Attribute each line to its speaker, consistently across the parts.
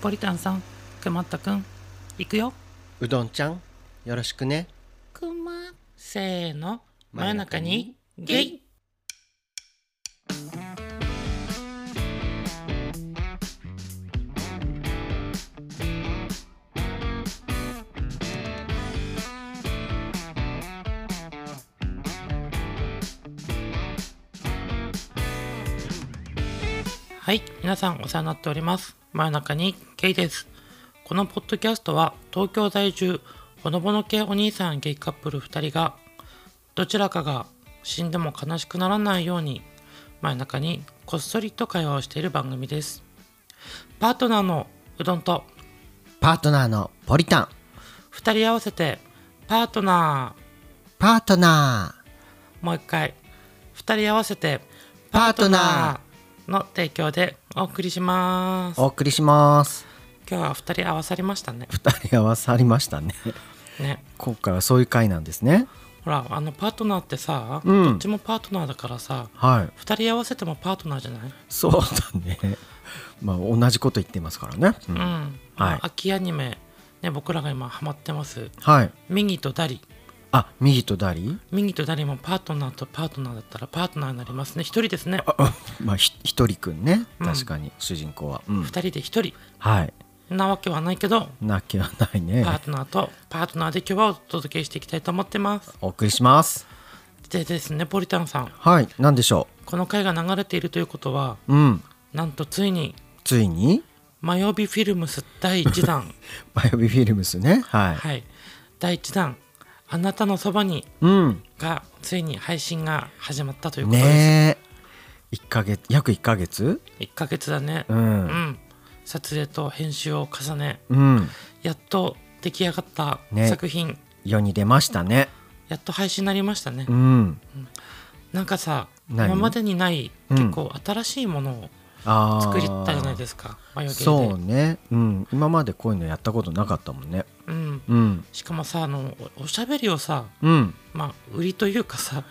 Speaker 1: ポリタンさんくまったくんいくよ
Speaker 2: うどんちゃんよろしくね
Speaker 1: くませーの真夜中にゲイはい皆さんお世話になっております真夜中にゲイですこのポッドキャストは東京在住ほのぼの系お兄さんゲイカップル2人がどちらかが死んでも悲しくならないように真夜中にこっそりと会話をしている番組ですパートナーのうどんと
Speaker 2: パートナーのポリタン
Speaker 1: 2人合わせてパートナ
Speaker 2: パートナ
Speaker 1: ーもう一回2人合わせて
Speaker 2: パートナ
Speaker 1: ーの提供でお送りします
Speaker 2: ーお送りします
Speaker 1: 今日は2人合わさりましたね
Speaker 2: 二人合わさりましたね
Speaker 1: ね
Speaker 2: 今回はそういう回なんですね
Speaker 1: ほらあのパートナーってさ、
Speaker 2: うん
Speaker 1: どっちもパートナーだからさ
Speaker 2: はい
Speaker 1: 2人合わせてもパートナーじゃない
Speaker 2: そうだねまあ同じこと言ってますからね、う
Speaker 1: うんん、
Speaker 2: はい
Speaker 1: 秋アニメ、ね、僕らが今ハマってます
Speaker 2: はい
Speaker 1: ミギとダリ
Speaker 2: あ右と左
Speaker 1: ミギとダリもパートナーとパートナーだったらパートナーになりますね1人ですね
Speaker 2: あまあひ一人くんね
Speaker 1: うん
Speaker 2: 確かに、主人公は、うん
Speaker 1: 2、人で1人
Speaker 2: はい
Speaker 1: なわけはないけど
Speaker 2: なきゃないね
Speaker 1: パートナーとパートナーで今日はお届けしていきたいと思ってます
Speaker 2: お送りします
Speaker 1: でですねポリタンさん
Speaker 2: はい何でしょ
Speaker 1: この回が流れているということは
Speaker 2: ううん
Speaker 1: なんとついに
Speaker 2: ついに
Speaker 1: 「マヨビフィルムス」第1弾
Speaker 2: バイオビフィルムスね はい、
Speaker 1: はい第1弾「あなたのそばに」
Speaker 2: うん
Speaker 1: がついに配信が始まったということです、
Speaker 2: ねえ一ヶ月約1ヶ月
Speaker 1: 1ヶ月だね
Speaker 2: う
Speaker 1: うんん撮影と編集を重ね
Speaker 2: うん
Speaker 1: やっと出来上がった
Speaker 2: ね
Speaker 1: 作品、
Speaker 2: 世に出ましたね
Speaker 1: やっと配信になりましたね、
Speaker 2: うん
Speaker 1: なんかさ
Speaker 2: 何
Speaker 1: 今までにない
Speaker 2: うん
Speaker 1: 結構新しいものを
Speaker 2: あー
Speaker 1: 作ったじゃないですか、マヨゲーで
Speaker 2: そうねうん今までこういうのやったことなかったもんね
Speaker 1: うん、
Speaker 2: うん
Speaker 1: しかもさあのおおしゃべりをさ
Speaker 2: うん
Speaker 1: まあ売りというかさ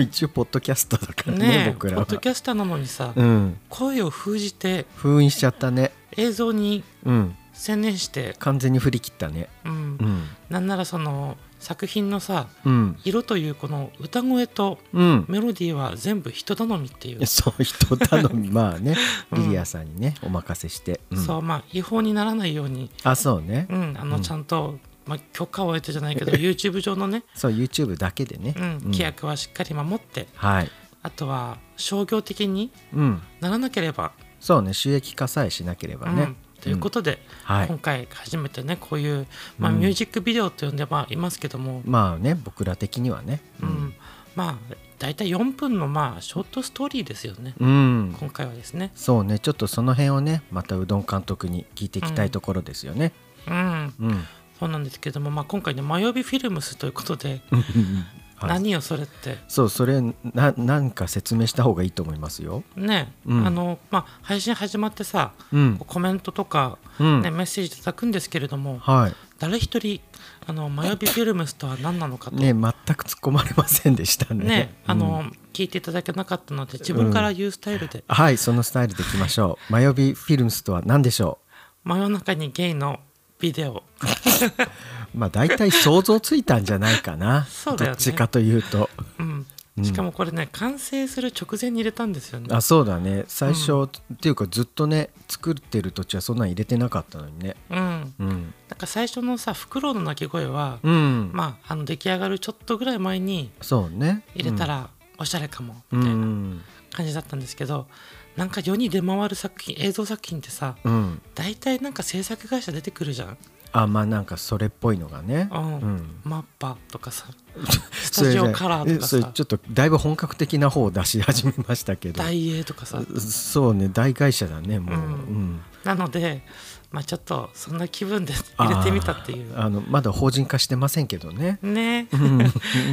Speaker 2: 一応ポッドキャストだからね
Speaker 1: ねえポ
Speaker 2: 僕ら
Speaker 1: ッ
Speaker 2: は
Speaker 1: ドキャスターなのにさ、
Speaker 2: うん
Speaker 1: 声を封じて
Speaker 2: 封印しちゃったね
Speaker 1: 映像に
Speaker 2: うん
Speaker 1: 専念して、
Speaker 2: 完全に振り切ったね
Speaker 1: うん
Speaker 2: うん
Speaker 1: なんならその作品のさ
Speaker 2: うん
Speaker 1: 色というこの歌声と
Speaker 2: うん
Speaker 1: メロディーは全部人頼みっていう、
Speaker 2: そう人頼 みまあね
Speaker 1: うん
Speaker 2: リリアさんにねお任せして、うん
Speaker 1: そうまあ違法にならないように、
Speaker 2: あそうね
Speaker 1: うん、あ
Speaker 2: う
Speaker 1: の
Speaker 2: ん
Speaker 1: ちゃんと、まあ、許可を得てじゃないけど YouTube 上のね、
Speaker 2: そう YouTube だけでね、
Speaker 1: うん、規約はしっかり守って、
Speaker 2: はい
Speaker 1: あとは商業的に
Speaker 2: うん
Speaker 1: ならなければ、
Speaker 2: そうね収益化さえしなければね、
Speaker 1: うんということで、
Speaker 2: はい
Speaker 1: 今回初めてねこういう、まあ、
Speaker 2: うん
Speaker 1: ミュージックビデオと呼んではいますけども、
Speaker 2: まあね僕ら的にはね
Speaker 1: うんまあ大体4分のまあショートストーリーですよね、
Speaker 2: うん、うん
Speaker 1: 今回はですね。
Speaker 2: そうねちょっとその辺をねまたうどん監督に聞いていきたいところですよね
Speaker 1: うん、
Speaker 2: うん、
Speaker 1: そうなんですけども、まあ、今回ね「マヨビフィルムス」ということで、
Speaker 2: はい
Speaker 1: 何よそれって。
Speaker 2: そうそれななんか説明した方がいいと思いますよ
Speaker 1: ね、
Speaker 2: うん
Speaker 1: あのまあ配信始まってさ、
Speaker 2: うん
Speaker 1: こうコメントとか、
Speaker 2: うん
Speaker 1: ねメッセージいただくんですけれども、
Speaker 2: はい
Speaker 1: 誰一人あのマヨビフィルムスとは何なのかとね
Speaker 2: ね全く突っ込まれませんでしたね
Speaker 1: あ
Speaker 2: うん
Speaker 1: の、聞いていただけなかったので自分から言うスタイルで、
Speaker 2: はいそのスタイルでいきましょ う「マヨビフィルムス」とは何でしょ
Speaker 1: 真夜中にゲイのビデオ
Speaker 2: うまあ大体想像ついたんじゃないかな
Speaker 1: そうだよね
Speaker 2: どっちかというと
Speaker 1: うんしかもこれね完成する直前に入れたんですよね
Speaker 2: あそうだね最初、っていうかずっとね作ってる途中はそんなん入れてなかったのにね
Speaker 1: うんなん
Speaker 2: うん、
Speaker 1: か最初のさフクロウの鳴き声は、
Speaker 2: うん
Speaker 1: まああの出来上がるちょっとぐらい前に
Speaker 2: そうね
Speaker 1: 入れた、らおしゃれかも
Speaker 2: う
Speaker 1: みたいな、
Speaker 2: ん
Speaker 1: 感じだったんですけどなんか世に出回る作品映像作品ってさ
Speaker 2: うんうん、
Speaker 1: 大体なんか制作会社出てくるじゃん、
Speaker 2: あまあなんかそれっぽいのがね、
Speaker 1: うん
Speaker 2: うん
Speaker 1: マッパとか さス
Speaker 2: そ
Speaker 1: タ
Speaker 2: れで
Speaker 1: ジオカラーとか
Speaker 2: えそれ
Speaker 1: さ
Speaker 2: ちょっとだいぶ本格的な方を出し始めましたけど
Speaker 1: 大英とかさ
Speaker 2: そうね大会社だねもう、
Speaker 1: う
Speaker 2: うんん
Speaker 1: なのでまあちょっとそんな気分で入れてみたってい
Speaker 2: あー
Speaker 1: う
Speaker 2: あのまだ法人化してませんけ どね、
Speaker 1: ね
Speaker 2: うん、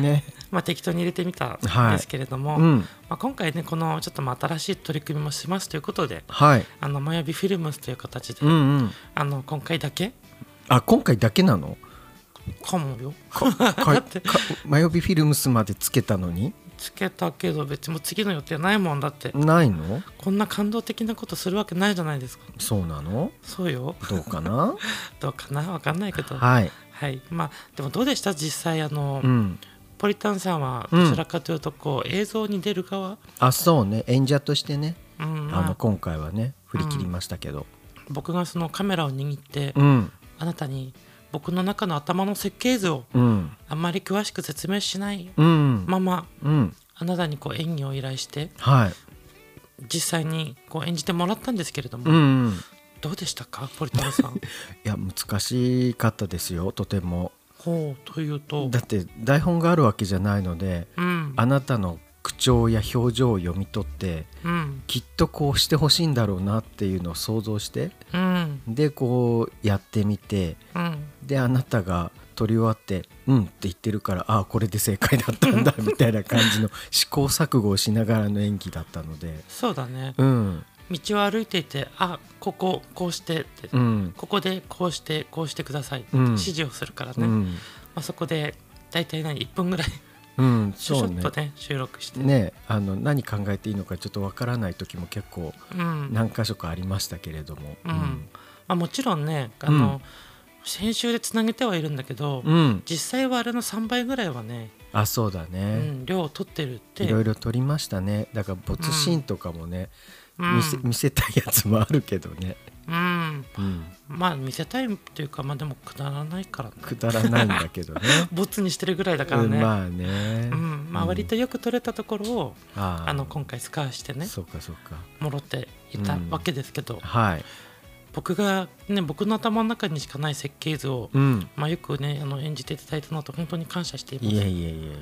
Speaker 2: ね、
Speaker 1: まあ適当に入れてみたん
Speaker 2: はい
Speaker 1: ですけれども、
Speaker 2: うん、
Speaker 1: まあ、今回ねこのちょっとまあ新しい取り組みもしますということで
Speaker 2: はい
Speaker 1: あのマヤビフィルムスという形で、
Speaker 2: うんうん
Speaker 1: あの今回だけ
Speaker 2: あ今回だけなの
Speaker 1: かもよ
Speaker 2: かかかマヨビフィルムスまでつけたのに
Speaker 1: つけたけど別にもう次の予定ないもんだって
Speaker 2: ないの
Speaker 1: こんな感動的なことするわけないじゃないですか
Speaker 2: そうなの
Speaker 1: そうよ
Speaker 2: どうかな
Speaker 1: どうかなわかんないけどはい、
Speaker 2: はい、
Speaker 1: まあでもどうでした実際あの、
Speaker 2: うん、
Speaker 1: ポリタンさんは
Speaker 2: うん
Speaker 1: どちらかというとこう、映像に出る側、
Speaker 2: あそうね演者としてね、
Speaker 1: うん
Speaker 2: あ
Speaker 1: ま
Speaker 2: の
Speaker 1: あ
Speaker 2: 今回はね振り切りましたけど、
Speaker 1: 僕がそのカメラを握って、
Speaker 2: うん
Speaker 1: あなたに僕の中の頭の設計図を
Speaker 2: うん
Speaker 1: あんまり詳しく説明しない
Speaker 2: うん、
Speaker 1: まま
Speaker 2: うん
Speaker 1: あなたにこう演技を依頼して
Speaker 2: はい
Speaker 1: 実際にこう演じてもらったんですけれども、
Speaker 2: うんうん
Speaker 1: どうでしたかポリタンさ ん
Speaker 2: いや難しかったですよとても
Speaker 1: ほうというと
Speaker 2: だって台本があるわけじゃないので
Speaker 1: うん
Speaker 2: あなたの口調や表情を読み取って
Speaker 1: うん
Speaker 2: きっとこうしてほしいんだろうなっていうのを想像して
Speaker 1: うん
Speaker 2: でこうやってみて
Speaker 1: うん
Speaker 2: であなたが撮り終わって「うん」って言ってるからああこれで正解だったん だみたいな感じの試行錯誤をしながらの演技だったので
Speaker 1: そうだね
Speaker 2: うん
Speaker 1: 道を歩いていてあこここうしてって、
Speaker 2: うん
Speaker 1: ここでこうしてこうしてくださいって
Speaker 2: うん
Speaker 1: 指示をするからね、
Speaker 2: う
Speaker 1: ま
Speaker 2: ん、
Speaker 1: あ、そこで大体何1分ぐらい
Speaker 2: うん、
Speaker 1: ちょちょ
Speaker 2: そう
Speaker 1: っ
Speaker 2: ね
Speaker 1: とね収録して、
Speaker 2: ねあの何考えていいのかちょっとわからない時も結構
Speaker 1: うん
Speaker 2: 何箇所かありましたけれども。
Speaker 1: うんまあ、もちろんねあの、
Speaker 2: うん
Speaker 1: 先週でつなげてはいるんだけど、
Speaker 2: うんうん
Speaker 1: 実際はあれの3倍ぐらいはね、
Speaker 2: あそうだ
Speaker 1: う
Speaker 2: ね、
Speaker 1: ん、量を取ってるって
Speaker 2: いろいろ撮りましたねだから没シーンとかも
Speaker 1: うん
Speaker 2: ね、見せ見せたいやつもあるけどね、
Speaker 1: うん、
Speaker 2: うん、
Speaker 1: まあ見せたいというかまあでもくだらないからね
Speaker 2: くだらないんだけどね
Speaker 1: ボツにしてるぐ らいだから
Speaker 2: うん
Speaker 1: ね、
Speaker 2: まあね、
Speaker 1: うんまあ、割とよく取れたところを、
Speaker 2: あー
Speaker 1: あの今回使わしてね
Speaker 2: そうかそうか
Speaker 1: もろっていたわけですけど、
Speaker 2: はい、
Speaker 1: 僕がね僕の頭の中にしかない設計図を、
Speaker 2: うん、
Speaker 1: まあ、よくねあの演じていただいたのと本当に感謝しています。
Speaker 2: いやいやいやいや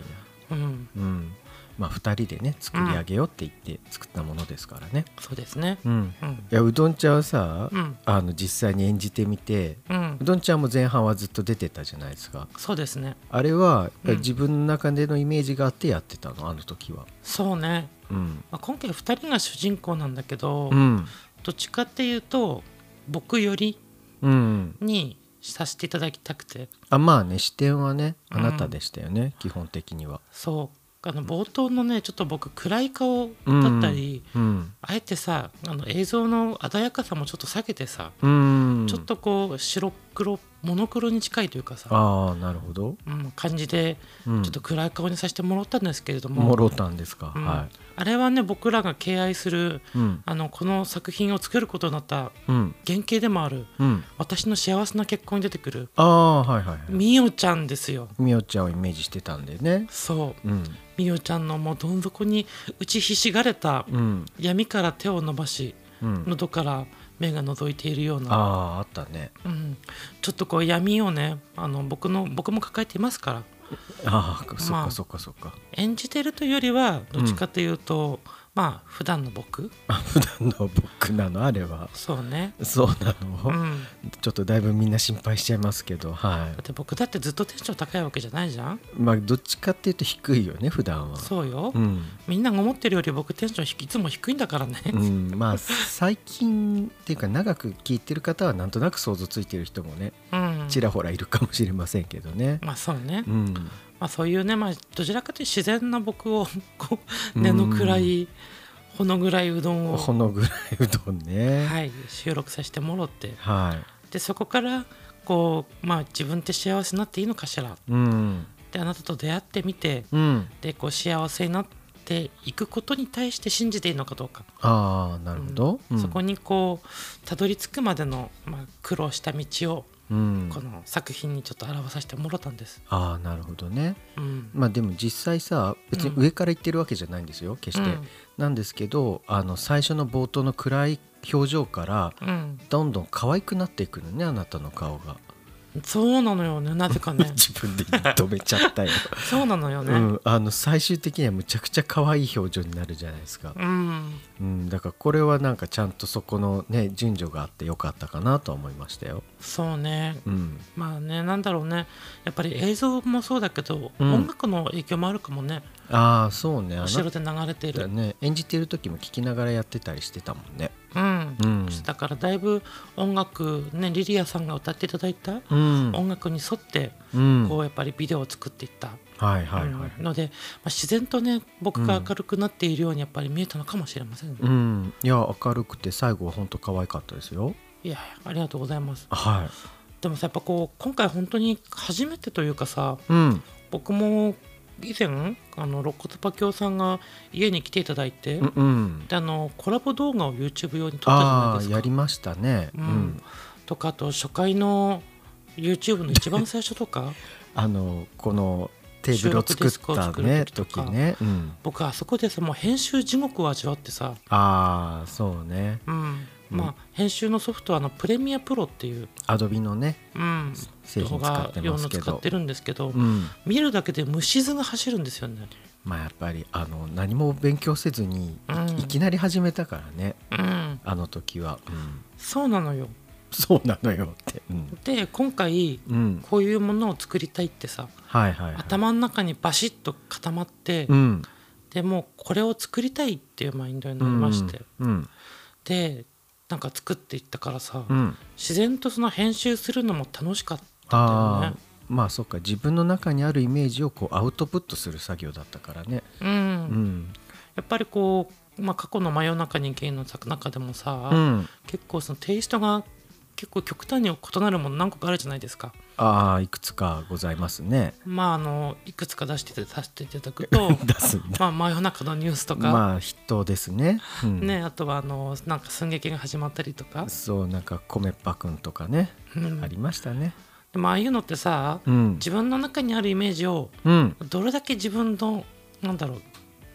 Speaker 1: うん、
Speaker 2: うんまあ2人でね作り上げようって言って作ったものですからね
Speaker 1: そうですね。
Speaker 2: うん
Speaker 1: うん
Speaker 2: いやうどんちゃんはさ、
Speaker 1: うん
Speaker 2: あの実際に演じてみて
Speaker 1: うん
Speaker 2: う、どんちゃんも前半はずっと出てたじゃないですか
Speaker 1: そうですね。
Speaker 2: あれはやっぱ
Speaker 1: うん
Speaker 2: り自分の中でのイメージがあってやってたのあの時は
Speaker 1: そうね。
Speaker 2: うん、
Speaker 1: まあ、今回二人が主人公なんだけど、
Speaker 2: うん
Speaker 1: どっちかっていうと僕より
Speaker 2: うん、
Speaker 1: にさせていただきたくて、
Speaker 2: あまあね視点はね
Speaker 1: うん
Speaker 2: あなたでしたよね、基本的には
Speaker 1: そうあの冒頭のねちょっと僕暗い顔だったり、
Speaker 2: うん、
Speaker 1: あえてさあの映像の鮮やかさもちょっと下げてさ、
Speaker 2: うん、
Speaker 1: ちょっとこう白黒モノクロに近いというかさ、
Speaker 2: ああなるほど、
Speaker 1: うん、感じで
Speaker 2: うん、
Speaker 1: ちょっと暗い顔にさせてもらったんですけれども、
Speaker 2: もろたんですか、
Speaker 1: うん
Speaker 2: は
Speaker 1: あれはね僕らが敬愛する
Speaker 2: いうん
Speaker 1: あのこの作品を作ることになった
Speaker 2: うん
Speaker 1: 原型でもある
Speaker 2: うん
Speaker 1: 私の幸せな結婚に出てくる
Speaker 2: ああはいはいはい
Speaker 1: みおちゃんですよ
Speaker 2: みおちゃんをイメージしてたんでね
Speaker 1: そう
Speaker 2: うん
Speaker 1: みおちゃんのもうどん底に打ちひしがれた
Speaker 2: うん
Speaker 1: 闇から手を伸ばし
Speaker 2: うん
Speaker 1: 喉から目が覗いているような、
Speaker 2: あああったね
Speaker 1: うん、ちょっとこう闇をねあの僕の僕も抱えていますから
Speaker 2: ああそ
Speaker 1: ま
Speaker 2: っ
Speaker 1: あ
Speaker 2: かそっかそっか、
Speaker 1: 演じてるというよりはどっちかというと、まあ普段の僕
Speaker 2: あ、普段の僕なのあれは
Speaker 1: そうね、
Speaker 2: そうな
Speaker 1: う
Speaker 2: の、
Speaker 1: ん、
Speaker 2: ちょっとだいぶみんな心配しちゃいますけどは
Speaker 1: だって僕だってずっとテンション高いわけじゃないじゃん
Speaker 2: いまあどっちかっていうと低いよね普段は
Speaker 1: そうよ、
Speaker 2: うん
Speaker 1: みんなが思ってるより僕テンション低いいつも低いんだからね、
Speaker 2: うん、まあ最近っていうか長く聞いてる方はなんとなく想像ついてる人もね
Speaker 1: うん、
Speaker 2: ちらほらいるかもしれませんけどね。
Speaker 1: まあそうね、
Speaker 2: うん、
Speaker 1: まあ、そういうね、まあ、どちらかというと自然な僕をこう根の暗いほの暗いうどんを、
Speaker 2: このぐらいうどんね。
Speaker 1: はい、収録させてもろって
Speaker 2: はい。
Speaker 1: でそこからこう、まあ、自分って幸せになっていいのかしら
Speaker 2: うん、
Speaker 1: であなたと出会ってみて
Speaker 2: うん、
Speaker 1: でこう幸せになっていくことに対して信じていいのかどうか、
Speaker 2: ああなるほど。
Speaker 1: うんそこ
Speaker 2: に、
Speaker 1: にこうたどり着くまでの、まあ、苦労した道を
Speaker 2: うん
Speaker 1: こ、の作品にちょっと表させてもろたんです。
Speaker 2: ああなるほどね。
Speaker 1: うん
Speaker 2: まあでも実際さ別に
Speaker 1: うん
Speaker 2: 上から言ってるわけじゃないんですよ決して、
Speaker 1: うん
Speaker 2: なんですけどあの最初の冒頭の暗い表情から
Speaker 1: うん、
Speaker 2: どんどん可愛くなっていくのねあなたの顔が。
Speaker 1: そうなのよねなぜ かね
Speaker 2: 自分で止めちゃ ったよ。
Speaker 1: そうなのよ
Speaker 2: う
Speaker 1: ね、
Speaker 2: ん、あの最終的にはむちゃくちゃ可愛い表情になるじゃないですか、
Speaker 1: うん、
Speaker 2: うん、だからこれはなんかちゃんとそこのね順序があってよかったかなとは思いましたよ。
Speaker 1: そうね
Speaker 2: うん、
Speaker 1: まあねなんだろうねやっぱり映像もそうだけど、
Speaker 2: うん
Speaker 1: 音楽の影響もあるかもね
Speaker 2: ああそうねあな
Speaker 1: 後ろで流れてい
Speaker 2: た
Speaker 1: る
Speaker 2: ね演じてる時も聞きながらやってたりしてたもんね。
Speaker 1: うん
Speaker 2: うん
Speaker 1: してたからだいぶ音楽ねリリアさんが歌っていただいた
Speaker 2: うん
Speaker 1: 音楽に沿って
Speaker 2: うん
Speaker 1: こうやっぱりビデオを作っていった
Speaker 2: はいはいはい
Speaker 1: うんので、まあ、自然とね僕が明るくなっているようにやっぱり見えたのかもしれませんね、
Speaker 2: うんいや明るくて最後は本当可愛かったですよ
Speaker 1: いやありがとうございます
Speaker 2: は
Speaker 1: でもさやっぱこう今回本当に初めてというかさ
Speaker 2: いうん
Speaker 1: 僕も以前あの肋骨パキオさんが家に来ていただいて、
Speaker 2: うんうん
Speaker 1: であのコラボ動画を YouTube 用に撮ったじゃな
Speaker 2: あ
Speaker 1: いで
Speaker 2: あ
Speaker 1: す
Speaker 2: や
Speaker 1: か
Speaker 2: りましたねう
Speaker 1: うん
Speaker 2: ん
Speaker 1: とかあと初回の YouTube の一番最初と か
Speaker 2: あのこのテーブルを作
Speaker 1: 収録
Speaker 2: ったね
Speaker 1: ディスクを作
Speaker 2: 時
Speaker 1: る時とか
Speaker 2: ねうん
Speaker 1: 僕あそこでさもう編集地獄を味わってさ、
Speaker 2: ああそうね
Speaker 1: うんまあ、編集のソフトはあのプレミアプロっていう、
Speaker 2: アドビのね
Speaker 1: うん、
Speaker 2: 製品使ってますけ
Speaker 1: 動画用の使っ
Speaker 2: ど
Speaker 1: てるんですけど、
Speaker 2: うん
Speaker 1: 見るだけで虫図が走るんですよね。
Speaker 2: まあやっぱりあの何も勉強せずにい,、
Speaker 1: うん
Speaker 2: きなり始めたからね
Speaker 1: うん、
Speaker 2: あの時は、うん
Speaker 1: そうなのよ
Speaker 2: そうなのよって、うん
Speaker 1: で今回
Speaker 2: うん、
Speaker 1: こういうものを作りたいってさ
Speaker 2: はいはい、はい、
Speaker 1: 頭の中にバシッと固まって、
Speaker 2: うん
Speaker 1: でもうこれを作りたいっていうマインドになりまして、
Speaker 2: うん
Speaker 1: でなんか作っていったからさ、
Speaker 2: うん、うん
Speaker 1: 自然とその編集するのも楽しかったんだよ
Speaker 2: あ
Speaker 1: ね
Speaker 2: あ。まあそっか自分の中にあるイメージをこうアウトプットする作業だったからね
Speaker 1: うん
Speaker 2: うん
Speaker 1: やっぱりこう、まあ、過去の「真夜中に芸」の中でもさ、
Speaker 2: うん
Speaker 1: 結構そのテイストが結構極端に異なるもの何個かあるじゃないですか。
Speaker 2: ああいくつかございます ね
Speaker 1: まああのいくつか出してて出していただく と
Speaker 2: 出すんだ
Speaker 1: まあ真夜中のニュースとか、
Speaker 2: まあ筆頭ですね,、うん、
Speaker 1: ねあとはあのなんか寸劇が始まったりとか、
Speaker 2: そうなんか米パくんとかね、
Speaker 1: うん
Speaker 2: ありましたね
Speaker 1: でもああいうのってさ、
Speaker 2: うん
Speaker 1: 自分の中にあるイメージを
Speaker 2: うん
Speaker 1: どれだけ自分のなんだろう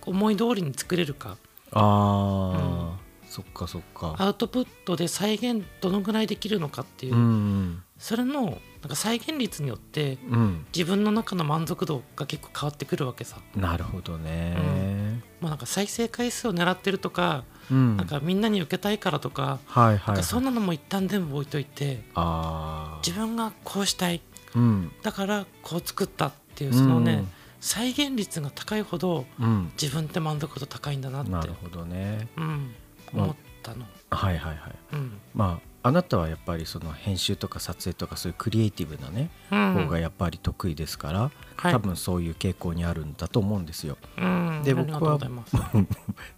Speaker 1: 思い通りに作れるか
Speaker 2: ああ、そっかそっか
Speaker 1: アウトプットで再現どのぐらいできるのかっていう、
Speaker 2: うん
Speaker 1: それのなんか再現率によって
Speaker 2: うん
Speaker 1: 自分の中の満足度が結構変わってくるわけさ、
Speaker 2: なるほどね
Speaker 1: まあ、なんか再生回数を狙ってるとか、
Speaker 2: うん
Speaker 1: なんかみんなに受けたいからとか、
Speaker 2: はいは
Speaker 1: な
Speaker 2: い
Speaker 1: ん
Speaker 2: は
Speaker 1: か
Speaker 2: い
Speaker 1: そんなのも一旦全部置いといて
Speaker 2: あ
Speaker 1: 自分がこうしたい
Speaker 2: あうん
Speaker 1: だからこう作ったっていうそのね、
Speaker 2: うん
Speaker 1: 再現率が高いほど
Speaker 2: うん
Speaker 1: 自分って満足度高いんだなって
Speaker 2: なるほどね
Speaker 1: うん、
Speaker 2: まあ
Speaker 1: 思ったの、
Speaker 2: はいはいはい
Speaker 1: うん
Speaker 2: まああなたはやっぱりその編集とか撮影とかそういうクリエイティブなね、
Speaker 1: うん
Speaker 2: 方がやっぱり得意ですから、
Speaker 1: はい
Speaker 2: 多分そういう傾向にあるんだと思うんですよ。
Speaker 1: うん、あ
Speaker 2: で
Speaker 1: りが
Speaker 2: 僕は
Speaker 1: とうございます、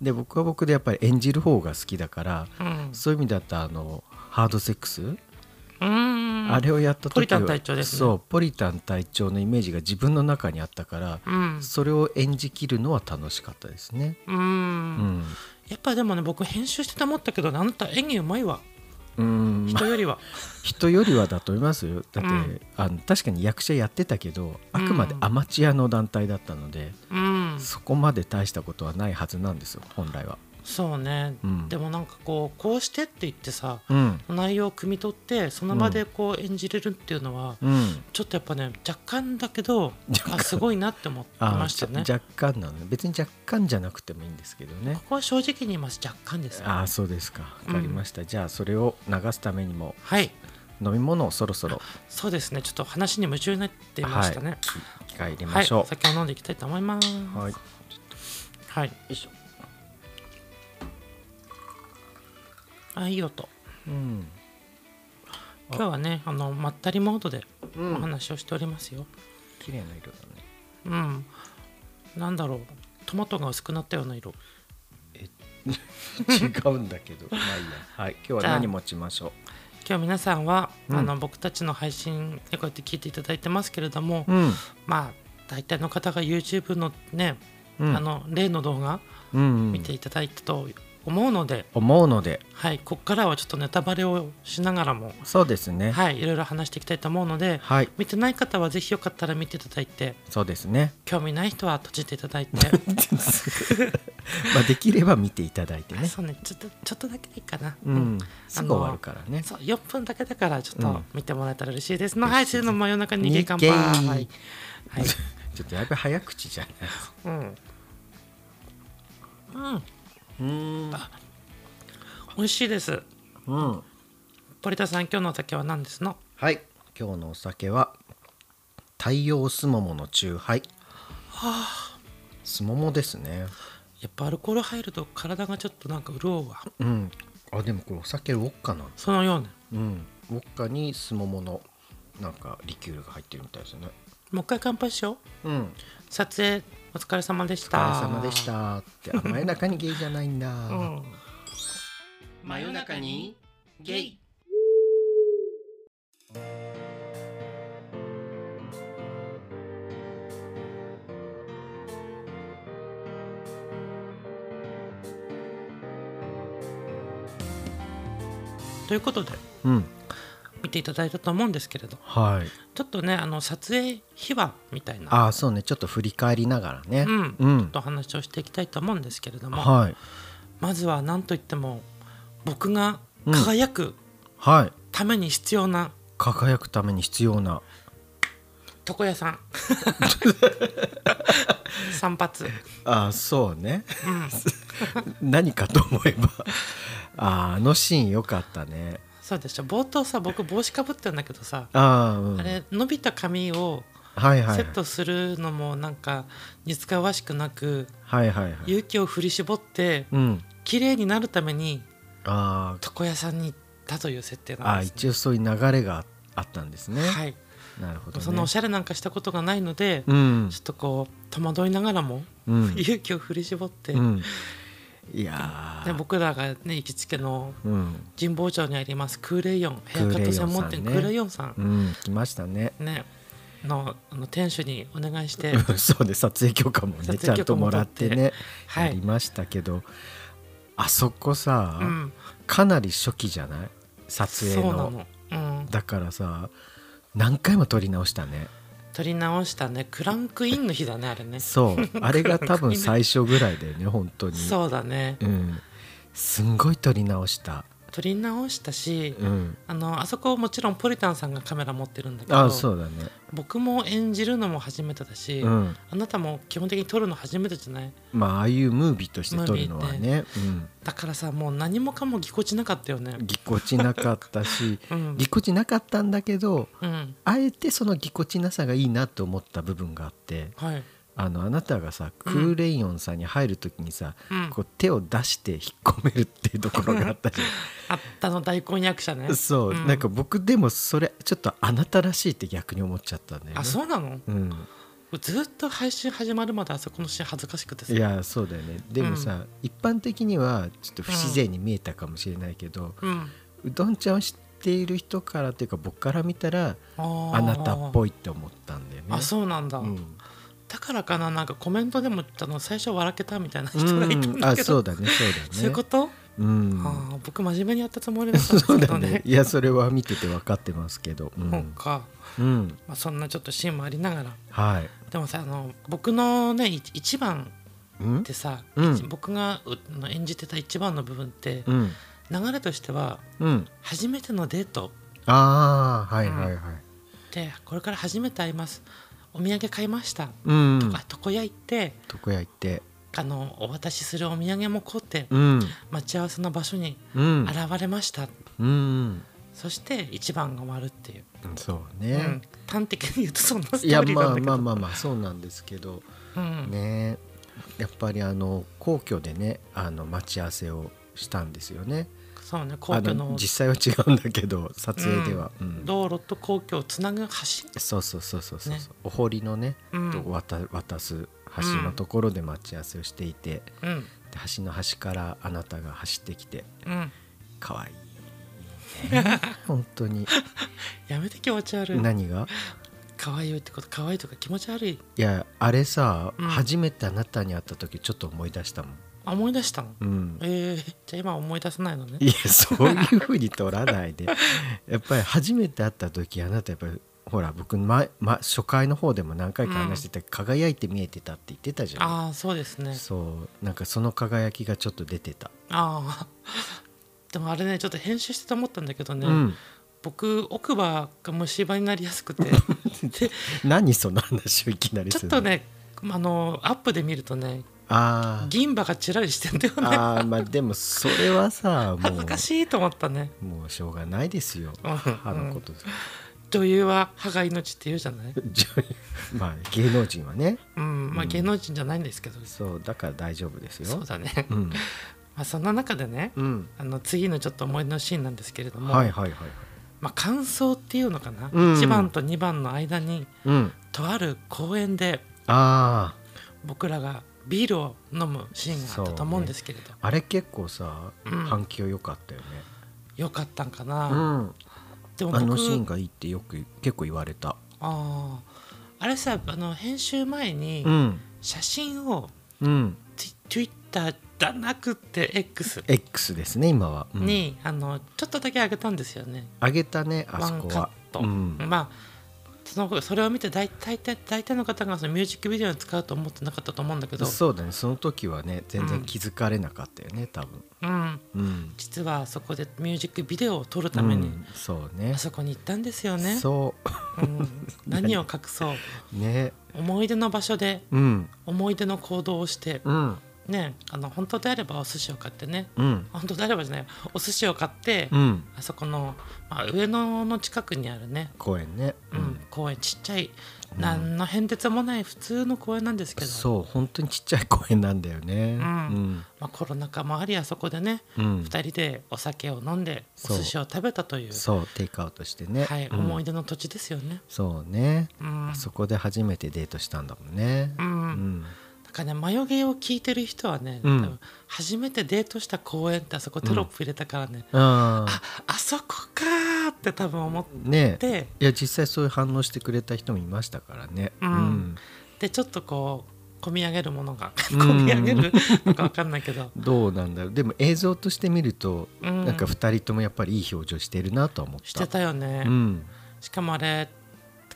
Speaker 2: で僕は僕でやっぱり演じる方が好きだから
Speaker 1: うん
Speaker 2: そういう意味だったらあのハードセックス
Speaker 1: うん、
Speaker 2: あれをやった時は
Speaker 1: ポリタン隊長ですね
Speaker 2: そうポリタン隊長のイメージが自分の中にあったから、
Speaker 1: うん、
Speaker 2: それを演じきるのは楽しかったですね。
Speaker 1: うん
Speaker 2: うん、
Speaker 1: やっぱでもね僕編集してて思ったけどあなた演技うまいわ
Speaker 2: うんま
Speaker 1: 人
Speaker 2: あ
Speaker 1: よりは、
Speaker 2: 人よりはだと思いますよだ
Speaker 1: う
Speaker 2: って、
Speaker 1: ん
Speaker 2: あの確かに役者やってたけどあくまでアマチュアの団体だったので、
Speaker 1: うん、
Speaker 2: そこまで大したことはないはずなんですよ本来は。
Speaker 1: そうね、
Speaker 2: うん
Speaker 1: でもなんかこうこうしてって言ってさ
Speaker 2: うん
Speaker 1: 内容を汲み取ってその場でこう演じれるっていうのは、
Speaker 2: うん
Speaker 1: ちょっとやっぱね若干だけど
Speaker 2: 若干
Speaker 1: あすごいなって思って
Speaker 2: あ
Speaker 1: ま
Speaker 2: あ
Speaker 1: した
Speaker 2: ち
Speaker 1: ね
Speaker 2: 若干なのね別に若干じゃなくてもいいんですけどね
Speaker 1: こ。こは正直に言います若干です
Speaker 2: ああそうですか分かりました、じゃあそれを流すためにも
Speaker 1: はい
Speaker 2: 飲み物をそろそろ
Speaker 1: そうですねちょっと話に夢中になってましたね
Speaker 2: 一回入れ
Speaker 1: は
Speaker 2: ま
Speaker 1: い、
Speaker 2: しょ
Speaker 1: 酒を飲んでいきたいと思います
Speaker 2: う。はい。
Speaker 1: はい、よいしょあいい音
Speaker 2: うん。
Speaker 1: 今日はねあのまったりモードで
Speaker 2: う
Speaker 1: お
Speaker 2: ん。
Speaker 1: 話をしておりますよ
Speaker 2: 綺麗な色だね。
Speaker 1: うん、なんだろうトマトが薄くなったような色
Speaker 2: 違うんだけ ど、まあいいや。はい。今日は
Speaker 1: じゃあ
Speaker 2: 何持ちましょ
Speaker 1: 今日皆さんは、
Speaker 2: うん
Speaker 1: あの僕たちの配信でこうやって聞いていただいてますけれども、
Speaker 2: う。うん。
Speaker 1: まあ大体の方が YouTube のね、
Speaker 2: うん
Speaker 1: あの例の動画
Speaker 2: うん。
Speaker 1: 見ていただいたと思うので、
Speaker 2: 思うので、
Speaker 1: はいここからはちょっとネタバレをしながらも
Speaker 2: そうですね。
Speaker 1: はいいろいろ話していきたいと思うので、
Speaker 2: はい。
Speaker 1: 見てない方はぜひよかったら見ていただいて
Speaker 2: そうですね。
Speaker 1: 興味ない人は閉じていただ いて
Speaker 2: まあできれば見ていただいて
Speaker 1: あ
Speaker 2: ね。
Speaker 1: そうねちょっとちょっとだけでいいかな、
Speaker 2: う
Speaker 1: うん
Speaker 2: ん。すぐ終わるからね。
Speaker 1: そう4分だけだからちょっ
Speaker 2: う
Speaker 1: と
Speaker 2: ん
Speaker 1: 見てもらえたら嬉しいですの、はいせーの真夜中に
Speaker 2: に
Speaker 1: 逃げ乾杯
Speaker 2: げ
Speaker 1: はい、はい
Speaker 2: ちょっとやっぱ早口じゃない。
Speaker 1: うんうん、
Speaker 2: うん。
Speaker 1: 美味しいです
Speaker 2: うん。
Speaker 1: ポリタさん今日のお酒は何ですの
Speaker 2: はい。今日のお酒は太陽すももの酎ハイ。すももですね。
Speaker 1: やっぱアルコール入ると体がちょっとなんか潤うわ
Speaker 2: うん、あでもこれお酒ウォッカな
Speaker 1: そのようね
Speaker 2: うんウォッカにすもものなんかリキュールが入ってるみたいですよね
Speaker 1: もう一回乾杯しよう
Speaker 2: うん
Speaker 1: 撮影お疲れ様でし
Speaker 2: 「お
Speaker 1: た
Speaker 2: 疲れ様でした」って「あ真夜中にゲイじゃないんだ」
Speaker 1: うん
Speaker 3: 真夜中にゲイ
Speaker 1: ということで
Speaker 2: うん、
Speaker 1: 見ていただいたと思うんですけれど
Speaker 2: はい
Speaker 1: ちょっとねあの撮影秘話みたいな
Speaker 2: ああそうねちょっと振り返りながらね
Speaker 1: うん
Speaker 2: う
Speaker 1: ちょっ
Speaker 2: ん
Speaker 1: とお話をしていきたいと思うんですけれども、
Speaker 2: はい
Speaker 1: まずは何といっても僕が輝く
Speaker 2: はい
Speaker 1: ために必要な
Speaker 2: 輝くために必要な
Speaker 1: 床屋 さん散髪
Speaker 2: ああそうね、 何かと思えばあああのシーンよかったね
Speaker 1: そうでしょ冒頭さ僕帽子かぶってるんだけどさ
Speaker 2: ああ、うん、
Speaker 1: あれ伸びた髪を
Speaker 2: はいはい
Speaker 1: セットするのもなんか似つかわしくなく
Speaker 2: はいはいはい
Speaker 1: 勇気を振り絞って
Speaker 2: うん
Speaker 1: 綺麗になるために
Speaker 2: あー
Speaker 1: 床屋さんに行ったという設定
Speaker 2: あ
Speaker 1: なん
Speaker 2: ー
Speaker 1: です、
Speaker 2: 一応そういう流れがあったんですね、
Speaker 1: はい、
Speaker 2: なるほど、ね、
Speaker 1: そのおしゃれなんかしたことがないので、
Speaker 2: うん
Speaker 1: ちょっとこう戸惑いながらも
Speaker 2: うん
Speaker 1: 勇気を振り絞って、
Speaker 2: うんいや
Speaker 1: で
Speaker 2: ー
Speaker 1: 僕らがね行きつけの
Speaker 2: うん
Speaker 1: 神保町にありますクーレイヨンヘアカット専門店ク
Speaker 2: ク
Speaker 1: ー
Speaker 2: ー
Speaker 1: レ
Speaker 2: レ
Speaker 1: イ
Speaker 2: イ
Speaker 1: ヨンさん
Speaker 2: うん来ましたね
Speaker 1: ねのあの店主にお願いして
Speaker 2: そうで撮影許可も
Speaker 1: 撮
Speaker 2: ね
Speaker 1: 影
Speaker 2: ちゃんともらってね
Speaker 1: 許可も取ってはい
Speaker 2: やりましたけどあそこさ、
Speaker 1: うん
Speaker 2: かなり初期じゃない撮
Speaker 1: そう
Speaker 2: 影
Speaker 1: な
Speaker 2: の
Speaker 1: の、うん、
Speaker 2: だからさ何回も撮り直したね
Speaker 1: 撮り直したねクランクインの日だねあれね
Speaker 2: そうあれが多分最初ぐらいだよね本当に
Speaker 1: そうだね
Speaker 2: うん、すんごい撮り直した、
Speaker 1: 撮り直したし、
Speaker 2: うん、
Speaker 1: あのあそこもちろんポリタンさんがカメラ持ってるんだけど
Speaker 2: あそうだね
Speaker 1: 僕も演じるのも初めてだし、
Speaker 2: うん
Speaker 1: あなたも基本的に撮るの初めてじゃない
Speaker 2: まあああいうムービーとして撮るのはね、
Speaker 1: だからさもう何もかもぎこちなかったよね
Speaker 2: うん、ぎこちなかったし、
Speaker 1: うん
Speaker 2: ぎこちなかったんだけど
Speaker 1: うん
Speaker 2: あえてそのぎこちなさがいいなと思った部分があって
Speaker 1: はい
Speaker 2: あのあなたがさクーレイヨンさんに入る時にさ、
Speaker 1: うん
Speaker 2: こう手を出して引っ込めるっていうところがあったじゃん
Speaker 1: あったの大根役者 ね
Speaker 2: そう、
Speaker 1: ん
Speaker 2: なんか僕でもそれちょっとあなたらしいって逆に思っちゃったんだよね
Speaker 1: あそうなの
Speaker 2: うん、
Speaker 1: ずっと配信始まるまであそこのシーン恥ずかしくてさ
Speaker 2: いやそうだよねでもさ、一般的にはちょっと不自然に見えたかもしれないけど、
Speaker 1: うん
Speaker 2: うどんちゃんを知っている人からっていうか僕から見たら
Speaker 1: あー
Speaker 2: あなたっぽいって思ったんだよね
Speaker 1: あそうなんだ、
Speaker 2: うん
Speaker 1: だからかななんかコメントでも言ったの最初笑けたみたいな
Speaker 2: う
Speaker 1: 人がいたん
Speaker 2: ん、
Speaker 1: だ
Speaker 2: あ
Speaker 1: け
Speaker 2: そ
Speaker 1: ど、
Speaker 2: うだねそうだね
Speaker 1: そういうこと、
Speaker 2: うん
Speaker 1: ああ僕真面目にやったつもりだったんです
Speaker 2: そ
Speaker 1: け
Speaker 2: うだ
Speaker 1: どね
Speaker 2: ねいやそれは見てて分かってますけどう、
Speaker 1: そうんか、
Speaker 2: うん、
Speaker 1: まあ、そんなちょっとシーンもありながら
Speaker 2: はい
Speaker 1: でもさあの僕のねい一番
Speaker 2: うん
Speaker 1: ってさ、
Speaker 2: うん
Speaker 1: 一僕がうあの演じてた一番の部分って、
Speaker 2: うん
Speaker 1: 流れとしては
Speaker 2: うん
Speaker 1: 初めてのデート
Speaker 2: ああはいはいはい、
Speaker 1: でこれから初めて会いますお土産買いました、
Speaker 2: うん
Speaker 1: とか床屋行って
Speaker 2: 床屋行って
Speaker 1: あのお渡しするお土産も買うて、
Speaker 2: うん
Speaker 1: 待ち合わせの場所に
Speaker 2: うん
Speaker 1: 現れました、
Speaker 2: うんうん
Speaker 1: そして一番が終わるっていう、
Speaker 2: そう
Speaker 1: う
Speaker 2: ね
Speaker 1: ん、端的に言うとそんなスト
Speaker 2: いや
Speaker 1: ーリー
Speaker 2: ま
Speaker 1: なんだ
Speaker 2: あ
Speaker 1: けど
Speaker 2: まあまあまあそうなんですけど
Speaker 1: うん
Speaker 2: ねやっぱりあの皇居でねあの待ち合わせをしたんですよね
Speaker 1: そうね皇
Speaker 2: あ
Speaker 1: 居の
Speaker 2: の実際は違うんだけど撮影では、
Speaker 1: う
Speaker 2: うんん
Speaker 1: 道路と皇居をつなぐ橋
Speaker 2: そうそうそうそうそう、
Speaker 1: ね
Speaker 2: お堀のね、
Speaker 1: うん
Speaker 2: と渡渡す橋のところで待ち合わせをしていて、で
Speaker 1: うん
Speaker 2: 橋の端からあなたが走ってきて
Speaker 1: うん
Speaker 2: 可愛いい ね本当に
Speaker 1: やめて気持ち悪い
Speaker 2: 何が
Speaker 1: 可愛いってこと可愛いとか気持ち悪い
Speaker 2: いやあれさ、
Speaker 1: うん
Speaker 2: 初めてあなたに会った時ちょっと思い出したもん、
Speaker 1: あ思い出したの、
Speaker 2: うん、
Speaker 1: えー、じゃあ今思い出さないのね
Speaker 2: いやそういうふうに取らないでやっぱり初めて会った時あなたやっぱりほら僕前、ま、初回の方でも何回か話してて、輝いて見えてたって言ってたじゃん
Speaker 1: ああそうですね
Speaker 2: そうなんかその輝きがちょっと出てた、
Speaker 1: ああ でもあれねちょっと編集してて思ったんだけどね、
Speaker 2: うん
Speaker 1: 僕奥歯が虫歯になりやす くてで
Speaker 2: 何その話をいきなり
Speaker 1: ちょ
Speaker 2: す
Speaker 1: っ
Speaker 2: る
Speaker 1: とねあのアップで見るとね
Speaker 2: あー
Speaker 1: 銀歯がちらりしてんだよね
Speaker 2: あーまあでもそれはさも
Speaker 1: 恥ずかし
Speaker 2: う
Speaker 1: いと思ったね
Speaker 2: もうしょうがないですよ
Speaker 1: うん
Speaker 2: 歯のことです、
Speaker 1: 女優は歯が命って言うじゃない、
Speaker 2: 女優まあ芸能人はね
Speaker 1: うんまあ、芸能人じゃないんですけど、
Speaker 2: そうだから大丈夫ですよ
Speaker 1: そうだね、
Speaker 2: うん
Speaker 1: まあ、そんな中でね、
Speaker 2: うん
Speaker 1: あの次のちょっと思い出のシーンなんですけれども、
Speaker 2: はいはいはい
Speaker 1: まあ、感想っていうのかな、
Speaker 2: うん
Speaker 1: 1番と2番の間に
Speaker 2: うん
Speaker 1: とある公園で
Speaker 2: ああ
Speaker 1: 僕らがビールを飲むシーンがあったと思うんですけれど、
Speaker 2: あれ結構さ、
Speaker 1: うん
Speaker 2: 反響良かったよね
Speaker 1: よかったんか
Speaker 2: う
Speaker 1: な、
Speaker 2: ん
Speaker 1: でも
Speaker 2: あのシーン
Speaker 1: 僕
Speaker 2: がいいってよく結構言われた
Speaker 1: あーあれさあの編集前に
Speaker 2: うん
Speaker 1: 写真を
Speaker 2: うん
Speaker 1: ツイ Twitter じゃなくて X
Speaker 2: X ですね今は、うん、
Speaker 1: に、あのちょっとだけ上げたんですよね
Speaker 2: あげたねあ
Speaker 1: ワ
Speaker 2: そ
Speaker 1: ン
Speaker 2: こ
Speaker 1: カッ
Speaker 2: は
Speaker 1: ト、
Speaker 2: うん
Speaker 1: まあそのそれを見て大大体大体の方がそのミュージックビデオに使うと思ってなかったと思うんだけど
Speaker 2: そうだねその時はね全然気づかれなかったよね、多分
Speaker 1: うん、
Speaker 2: うん
Speaker 1: 実はそこでミュージックビデオを撮るため
Speaker 2: う
Speaker 1: に
Speaker 2: んそうね
Speaker 1: あそこに行ったんですよね、
Speaker 2: そ
Speaker 1: うん、何を隠そう
Speaker 2: うね
Speaker 1: 思い出の場所で
Speaker 2: うん
Speaker 1: 思い出の行動をして
Speaker 2: うん
Speaker 1: ねあの本当であればお寿司を買ってね
Speaker 2: うん
Speaker 1: 本当であればじゃないお寿司を買って、
Speaker 2: うん
Speaker 1: あそこの、まあ、上野の近くにあるね、
Speaker 2: 公園ね、
Speaker 1: うん公園ちっちゃい何の変哲もない普通の公園なんですけど、
Speaker 2: そう本当にちっちゃい公園なんだよねうん
Speaker 1: まあ、コロナ禍もありあそこでね、
Speaker 2: うん、うん
Speaker 1: 2人でお酒を飲んでお
Speaker 2: そう
Speaker 1: 寿司を食べたという
Speaker 2: そうテイクアウトしてね、
Speaker 1: はい
Speaker 2: うん
Speaker 1: 思い出の土地ですよね。
Speaker 2: そうね、
Speaker 1: うん
Speaker 2: あそこで初めてデートしたんだもんね
Speaker 1: う、
Speaker 2: うんん、
Speaker 1: だからね「眉毛」を聞いてる人はね、
Speaker 2: うん
Speaker 1: 多分初めてデートした公園ってあそこテロップ入れたからね、
Speaker 2: あ
Speaker 1: ああそこかーって多分思っ
Speaker 2: ねえ
Speaker 1: て
Speaker 2: いや実際そういう反応してくれた人もいましたからね
Speaker 1: うんでちょっとこう込み上げるものが 込み上げるのか分かんないけど、
Speaker 2: どうなんだろうでも映像として見ると、
Speaker 1: うん
Speaker 2: なんか2人ともやっぱりいい表情してるなとは思った
Speaker 1: してたよね、
Speaker 2: うん
Speaker 1: しかもあれ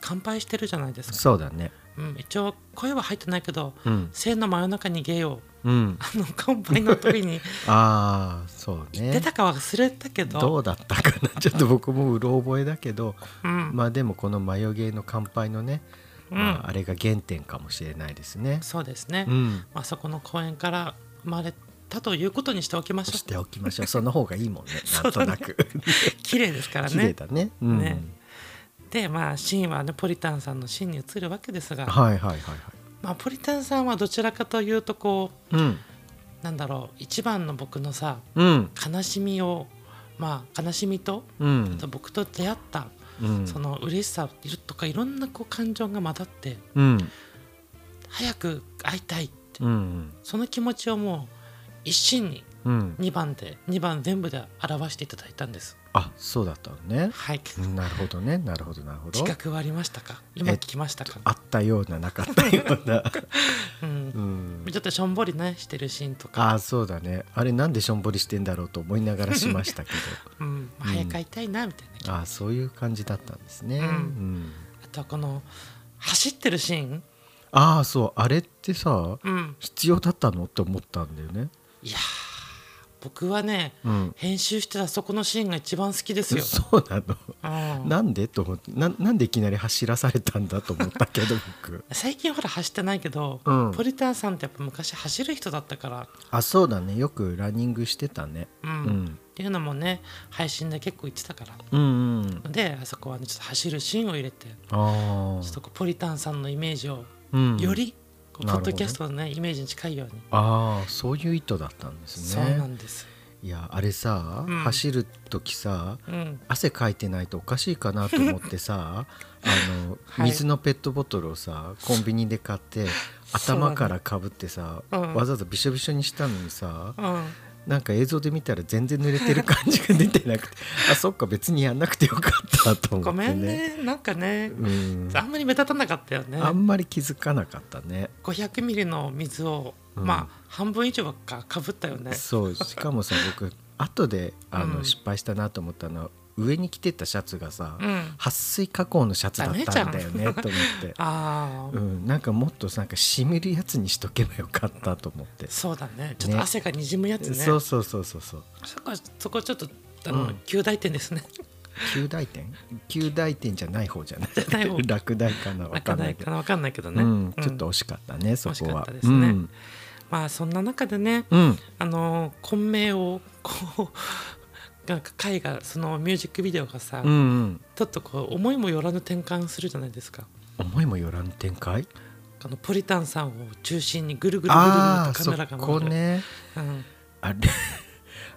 Speaker 1: 乾杯してるじゃないですか、
Speaker 2: そうだね
Speaker 1: うん、一応声は入ってないけど
Speaker 2: うん
Speaker 1: 「性の真夜中に芸を
Speaker 2: うん
Speaker 1: あの乾杯の時に
Speaker 2: ああそう ね
Speaker 1: 出たかは忘れたけど
Speaker 2: どうだったかな ちょっと僕もうろ覚えだけど
Speaker 1: うん
Speaker 2: まあでもこの「眉毛の乾杯」のね、
Speaker 1: うん
Speaker 2: まあ、あれが原点かもしれないですね。
Speaker 1: そうですね、
Speaker 2: うん、
Speaker 1: まあ、そこの公園から生まれたということにしておきましょ
Speaker 2: しておきましょう その方がいいもんねなんとなく
Speaker 1: う綺麗ですから
Speaker 2: 綺麗
Speaker 1: ね
Speaker 2: だね,、うん、
Speaker 1: ねでまあシーンはねポリタンさんのシーンに移るわけですが、
Speaker 2: はいはいはいはい、
Speaker 1: まあ、ポリタンさんはどちらかというとこう
Speaker 2: うん
Speaker 1: なんだろう一番の僕のさ
Speaker 2: うん
Speaker 1: 悲しみをまあ悲しみと
Speaker 2: うん
Speaker 1: あと僕と出会った
Speaker 2: うん
Speaker 1: その嬉しさとかいろんなこう感情が混ざって
Speaker 2: うん
Speaker 1: 早く会いたいって
Speaker 2: うん
Speaker 1: その気持ちをもう一心に
Speaker 2: うん
Speaker 1: 2番で2番全部で表していただいたんです。
Speaker 2: あそうだったのね
Speaker 1: はい
Speaker 2: うんなるほどねなるほどなるほど
Speaker 1: 自覚はありましたか今
Speaker 2: え
Speaker 1: 聞きましたか、
Speaker 2: あったようななかったような
Speaker 1: うん
Speaker 2: うん
Speaker 1: ちょっとしょんぼりねしてるシーンとか、
Speaker 2: ああそうだねあれなんでしょんぼりしてんだろうと思いながらしましたけ
Speaker 1: うん、まあ
Speaker 2: うん
Speaker 1: 早く会いたいなみたいな、
Speaker 2: どああそういう感じだったんですね、
Speaker 1: うん
Speaker 2: うん
Speaker 1: あとはこの走ってるシーン、
Speaker 2: ああそうあれってさ
Speaker 1: うん、
Speaker 2: 必要だったのって思ったんだよね
Speaker 1: いやー僕はね
Speaker 2: うん
Speaker 1: 編集してたそこのシーンが一番好きですよ。
Speaker 2: そうなの
Speaker 1: うん
Speaker 2: なんでと思ってななんでいきなり走らされたんだと思ったけど僕
Speaker 1: 最近ほら走ってないけど、
Speaker 2: うん
Speaker 1: ポリタンさんってやっぱ昔走る人だったから、
Speaker 2: あそうだねよくランニングしてたね
Speaker 1: うん
Speaker 2: うん
Speaker 1: っていうのもね配信で結構言ってたから
Speaker 2: うんうん
Speaker 1: であそこはねちょっと走るシーンを入れて
Speaker 2: あ
Speaker 1: ちょっ
Speaker 2: あ
Speaker 1: とこうポリタンさんのイメージを
Speaker 2: うん
Speaker 1: よりこう
Speaker 2: な
Speaker 1: ポッ
Speaker 2: るほど
Speaker 1: ドキャストのねイメージに近いように、
Speaker 2: ああそういう意図だったんです
Speaker 1: そうな
Speaker 2: ね
Speaker 1: んです、
Speaker 2: いやあれさ、
Speaker 1: うん
Speaker 2: 走る時さ
Speaker 1: うん、
Speaker 2: 汗かいてないとおかしいかなと思っ てさあの、
Speaker 1: はい
Speaker 2: 水のペットボトルをさコンビニで買っ
Speaker 1: そ
Speaker 2: て
Speaker 1: うだね
Speaker 2: 頭からかぶってさ、
Speaker 1: うん
Speaker 2: わざわざびしょびしょにしたのにさ
Speaker 1: うん、
Speaker 2: なんか映像で見たら全然濡れてる感じが出てな くてあそっか別にやんなくてよかったと思
Speaker 1: ご
Speaker 2: って
Speaker 1: め
Speaker 2: ね
Speaker 1: んねなんかね、
Speaker 2: うん
Speaker 1: あんまり目立たなかったよね
Speaker 2: あんまり気づかなかったね
Speaker 1: 500ミリの水を、
Speaker 2: うん
Speaker 1: まあ半分以上はかかぶったよね
Speaker 2: そうしかもさ僕後であの、
Speaker 1: うん
Speaker 2: 失敗したなと思ったのは上に着てたシャツがさ、
Speaker 1: うん
Speaker 2: 撥水加工のシャツだったんだよねと思って、
Speaker 1: ああ、
Speaker 2: うん、なんかもっとなんかしみるやつにしとけばよかったと思って、
Speaker 1: そうだねちょっと汗がにじむやつね
Speaker 2: そうそうそうそうそう
Speaker 1: そこそこちょっとあの、
Speaker 2: うん
Speaker 1: 旧大点ですね
Speaker 2: 旧大点旧大点じゃない方じゃない
Speaker 1: ゃない方
Speaker 2: 落第かなわ
Speaker 1: わ
Speaker 2: か
Speaker 1: か
Speaker 2: ん
Speaker 1: ん
Speaker 2: な
Speaker 1: ないい
Speaker 2: け
Speaker 1: か
Speaker 2: ど、
Speaker 1: なわかんないけどね、
Speaker 2: うん、ちょっ
Speaker 1: う
Speaker 2: と
Speaker 1: ん
Speaker 2: 惜しかったねそ
Speaker 1: 惜し
Speaker 2: こ
Speaker 1: かっ
Speaker 2: は
Speaker 1: たですね
Speaker 2: うん
Speaker 1: まあそんな中でね、
Speaker 2: うん
Speaker 1: あの混迷をこう なんか絵がそのミュージックビデオがさ、
Speaker 2: うんうん
Speaker 1: ちょっとこう思いもよらぬ転換するじゃないですか
Speaker 2: 思いもよらぬ展開
Speaker 1: あのポリタンさんを中心にぐるぐるぐるぐる
Speaker 2: ああー
Speaker 1: とカメラ
Speaker 2: そ
Speaker 1: が
Speaker 2: こ
Speaker 1: 回る、
Speaker 2: ね
Speaker 1: うん
Speaker 2: あれ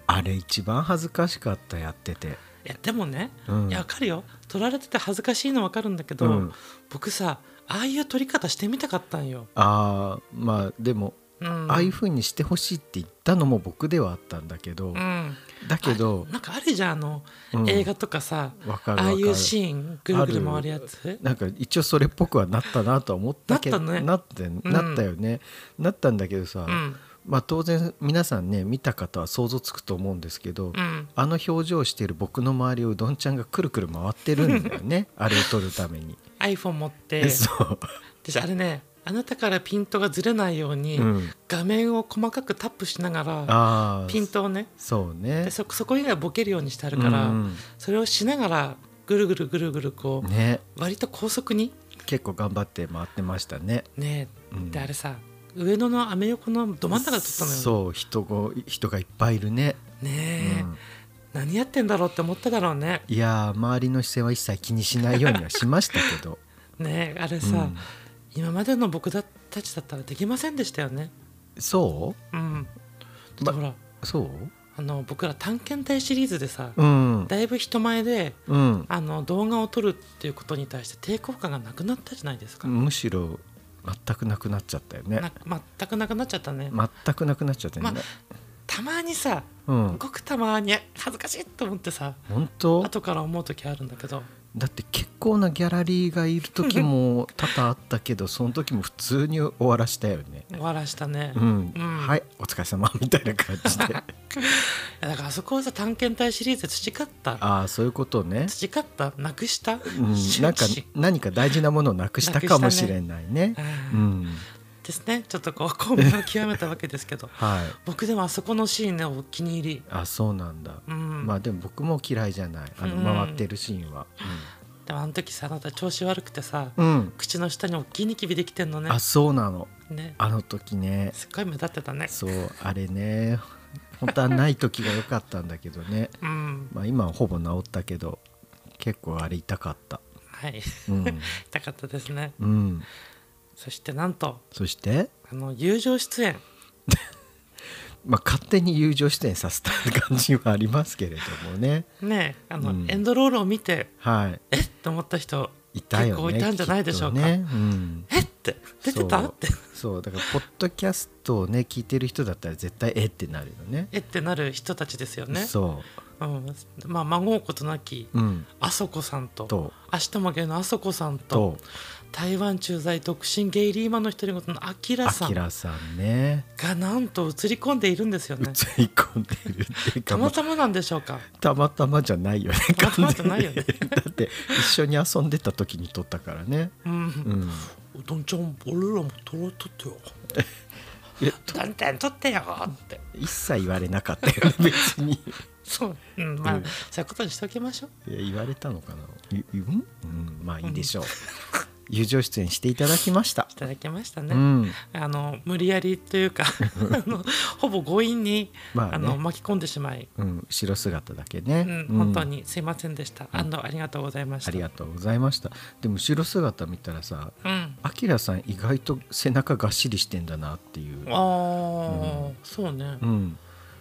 Speaker 2: あれ一番恥ずかしかったやってて
Speaker 1: いやでもね、
Speaker 2: うん
Speaker 1: いやわかるよ取られてて恥ずかしいのわかるんだけど、
Speaker 2: うん
Speaker 1: 僕さああいう取り方してみたかったんよ、
Speaker 2: ああまあでも、
Speaker 1: うん、
Speaker 2: ああいう風にしてほしいって言ったのも僕ではあったんだけど、
Speaker 1: うん、
Speaker 2: だけど
Speaker 1: あなんかあるじゃんあの、
Speaker 2: うん
Speaker 1: 映画とかさ
Speaker 2: わか
Speaker 1: あ
Speaker 2: るわかる
Speaker 1: あいうシーンぐるぐる回るやつ
Speaker 2: なんか一応それっぽくはなったなとは思ったけど
Speaker 1: なったね
Speaker 2: ってなったよね、なったんだけどさ、
Speaker 1: うん
Speaker 2: まあ当然皆さんね見た方は想像つくと思うんですけど、
Speaker 1: うん
Speaker 2: あの表情をしてる僕の周りをうどんちゃんがくるくる回ってるんだよ ねあれを撮るために。
Speaker 1: iPhone 持って
Speaker 2: そう
Speaker 1: 私あれねあなたからピントがずれないように、
Speaker 2: うん
Speaker 1: 画面を細かくタップしながら
Speaker 2: あー
Speaker 1: ピントをね
Speaker 2: そうね
Speaker 1: でそそこ以外ボケるようにしてあるから、
Speaker 2: うん
Speaker 1: それをしながらぐるぐるぐるぐるこう、
Speaker 2: ね
Speaker 1: 割と高速に
Speaker 2: 結構頑張って回ってましたね。
Speaker 1: ねえ、
Speaker 2: うん
Speaker 1: であれさ上野のアメ横のど真ん中で撮ったのよ
Speaker 2: そう人ご人がいっぱいいるね。
Speaker 1: ねえ、
Speaker 2: うん
Speaker 1: 何やってんだろうって思っただろうね
Speaker 2: いやー周りの視線は一切気にしないようにはしましたけど。
Speaker 1: ねえあれさ、
Speaker 2: うん
Speaker 1: 今までの僕だたちだったらできませんでしたよね
Speaker 2: そ
Speaker 1: うんだって
Speaker 2: ま
Speaker 1: ほら
Speaker 2: うそう
Speaker 1: あの僕ら探検隊シリーズでさ、
Speaker 2: うん
Speaker 1: だいぶ人前で
Speaker 2: うん
Speaker 1: あの動画を撮るっていうことに対して抵抗感がなくなったじゃないですか、
Speaker 2: むしろ全くなくなっちゃったよね
Speaker 1: な全くなくなっちゃったね、
Speaker 2: 全くなくなっちゃったよね、
Speaker 1: たまにさ
Speaker 2: うん
Speaker 1: ごくたまに恥ずかしいと思ってさ
Speaker 2: 本当
Speaker 1: 後から思う時あるんだけど
Speaker 2: だって結構なギャラリーがいる時も多々あったけどその時も普通に終わらしたよね
Speaker 1: 終わらしたね、
Speaker 2: う
Speaker 1: い
Speaker 2: ん、
Speaker 1: うん
Speaker 2: はいお疲れ様みたいな感じで
Speaker 1: やだからあそこをさ探検隊シリーズで培った
Speaker 2: ああそういうことね、
Speaker 1: 培ったなくした、
Speaker 2: うん、なんか
Speaker 1: 心身
Speaker 2: 何か大事なものをなくしたかもしれないね
Speaker 1: あ
Speaker 2: う
Speaker 1: ー
Speaker 2: ん
Speaker 1: ですねちょっとこう興味を極めたわけですけど
Speaker 2: はい
Speaker 1: 僕でもあそこのシーンねお気に入り、
Speaker 2: あそうなんだ、
Speaker 1: うん
Speaker 2: まあでも僕も嫌いじゃないあ
Speaker 1: うん
Speaker 2: の回ってるシーンは
Speaker 1: でもあの時さあなた調子悪くてさ、
Speaker 2: うん、
Speaker 1: 口の下に大きいニキビできてんのね
Speaker 2: あそうなの
Speaker 1: ね
Speaker 2: あの時ね
Speaker 1: すっごい目立ってたね
Speaker 2: そうあれね本当はない時が良かったんだけどね
Speaker 1: うん
Speaker 2: まあ今はほぼ治ったけど結構あれ痛かった
Speaker 1: はい
Speaker 2: うん、
Speaker 1: 痛かったですね
Speaker 2: うん、
Speaker 1: そしてなんと
Speaker 2: そして、
Speaker 1: あの友情出演
Speaker 2: まあ、勝手に友情出演させた感じはありますけれどもね
Speaker 1: ねあの、
Speaker 2: うん
Speaker 1: エンドロールを見て
Speaker 2: はい
Speaker 1: えっと思った人
Speaker 2: いたよね
Speaker 1: 結構いたんじゃないでしょうか
Speaker 2: きっとね、うん
Speaker 1: えって出てた
Speaker 2: そう
Speaker 1: って
Speaker 2: そうだからポッドキャストをね聞いてる人だったら絶対えってなるよね
Speaker 1: えってなる人たちですよね、
Speaker 2: そう
Speaker 1: ん、まあ孫うことなき
Speaker 2: う、うん、
Speaker 1: あそこさんと
Speaker 2: と
Speaker 1: 明日も芸のあそこさんと
Speaker 2: と
Speaker 1: 台湾駐在独身ゲイリーマンの一人ごとのあきら
Speaker 2: あ
Speaker 1: さ
Speaker 2: き
Speaker 1: ん
Speaker 2: らさんね
Speaker 1: がなんと映り込んでいるんですよ
Speaker 2: 映
Speaker 1: ね
Speaker 2: り込んでるっていうか
Speaker 1: たまたまなんでしょうか
Speaker 2: たまたまじゃないよね
Speaker 1: たまたまじゃないよね
Speaker 2: 完全にだって一緒に遊んでた時に撮ったからね
Speaker 1: うん
Speaker 2: うん
Speaker 1: うどんちゃん俺らも取られとってよ
Speaker 2: いや
Speaker 1: うどんちゃん取ってよって
Speaker 2: 一切言われなかった よね別にい
Speaker 1: そう、うん、まあ、
Speaker 2: うん
Speaker 1: そういうことにしておきましょう
Speaker 2: や言われたのかないうん、うん、まあいいでしょう、友情出演していただきました
Speaker 1: いただきました
Speaker 2: う
Speaker 1: ね、
Speaker 2: ん
Speaker 1: あの無理やりという かあのほぼ強引に、
Speaker 2: まあね
Speaker 1: あの巻き込んでしまい、
Speaker 2: うん後ろ姿だけね
Speaker 1: う、ん
Speaker 2: うん
Speaker 1: 本当にすいませんでした、あのありがとうございました
Speaker 2: ありがとうございましたでも後ろ姿見たらさ
Speaker 1: うん
Speaker 2: あきらさん意外と背中がっしりしてんだなっていう
Speaker 1: あー、そうね
Speaker 2: うん、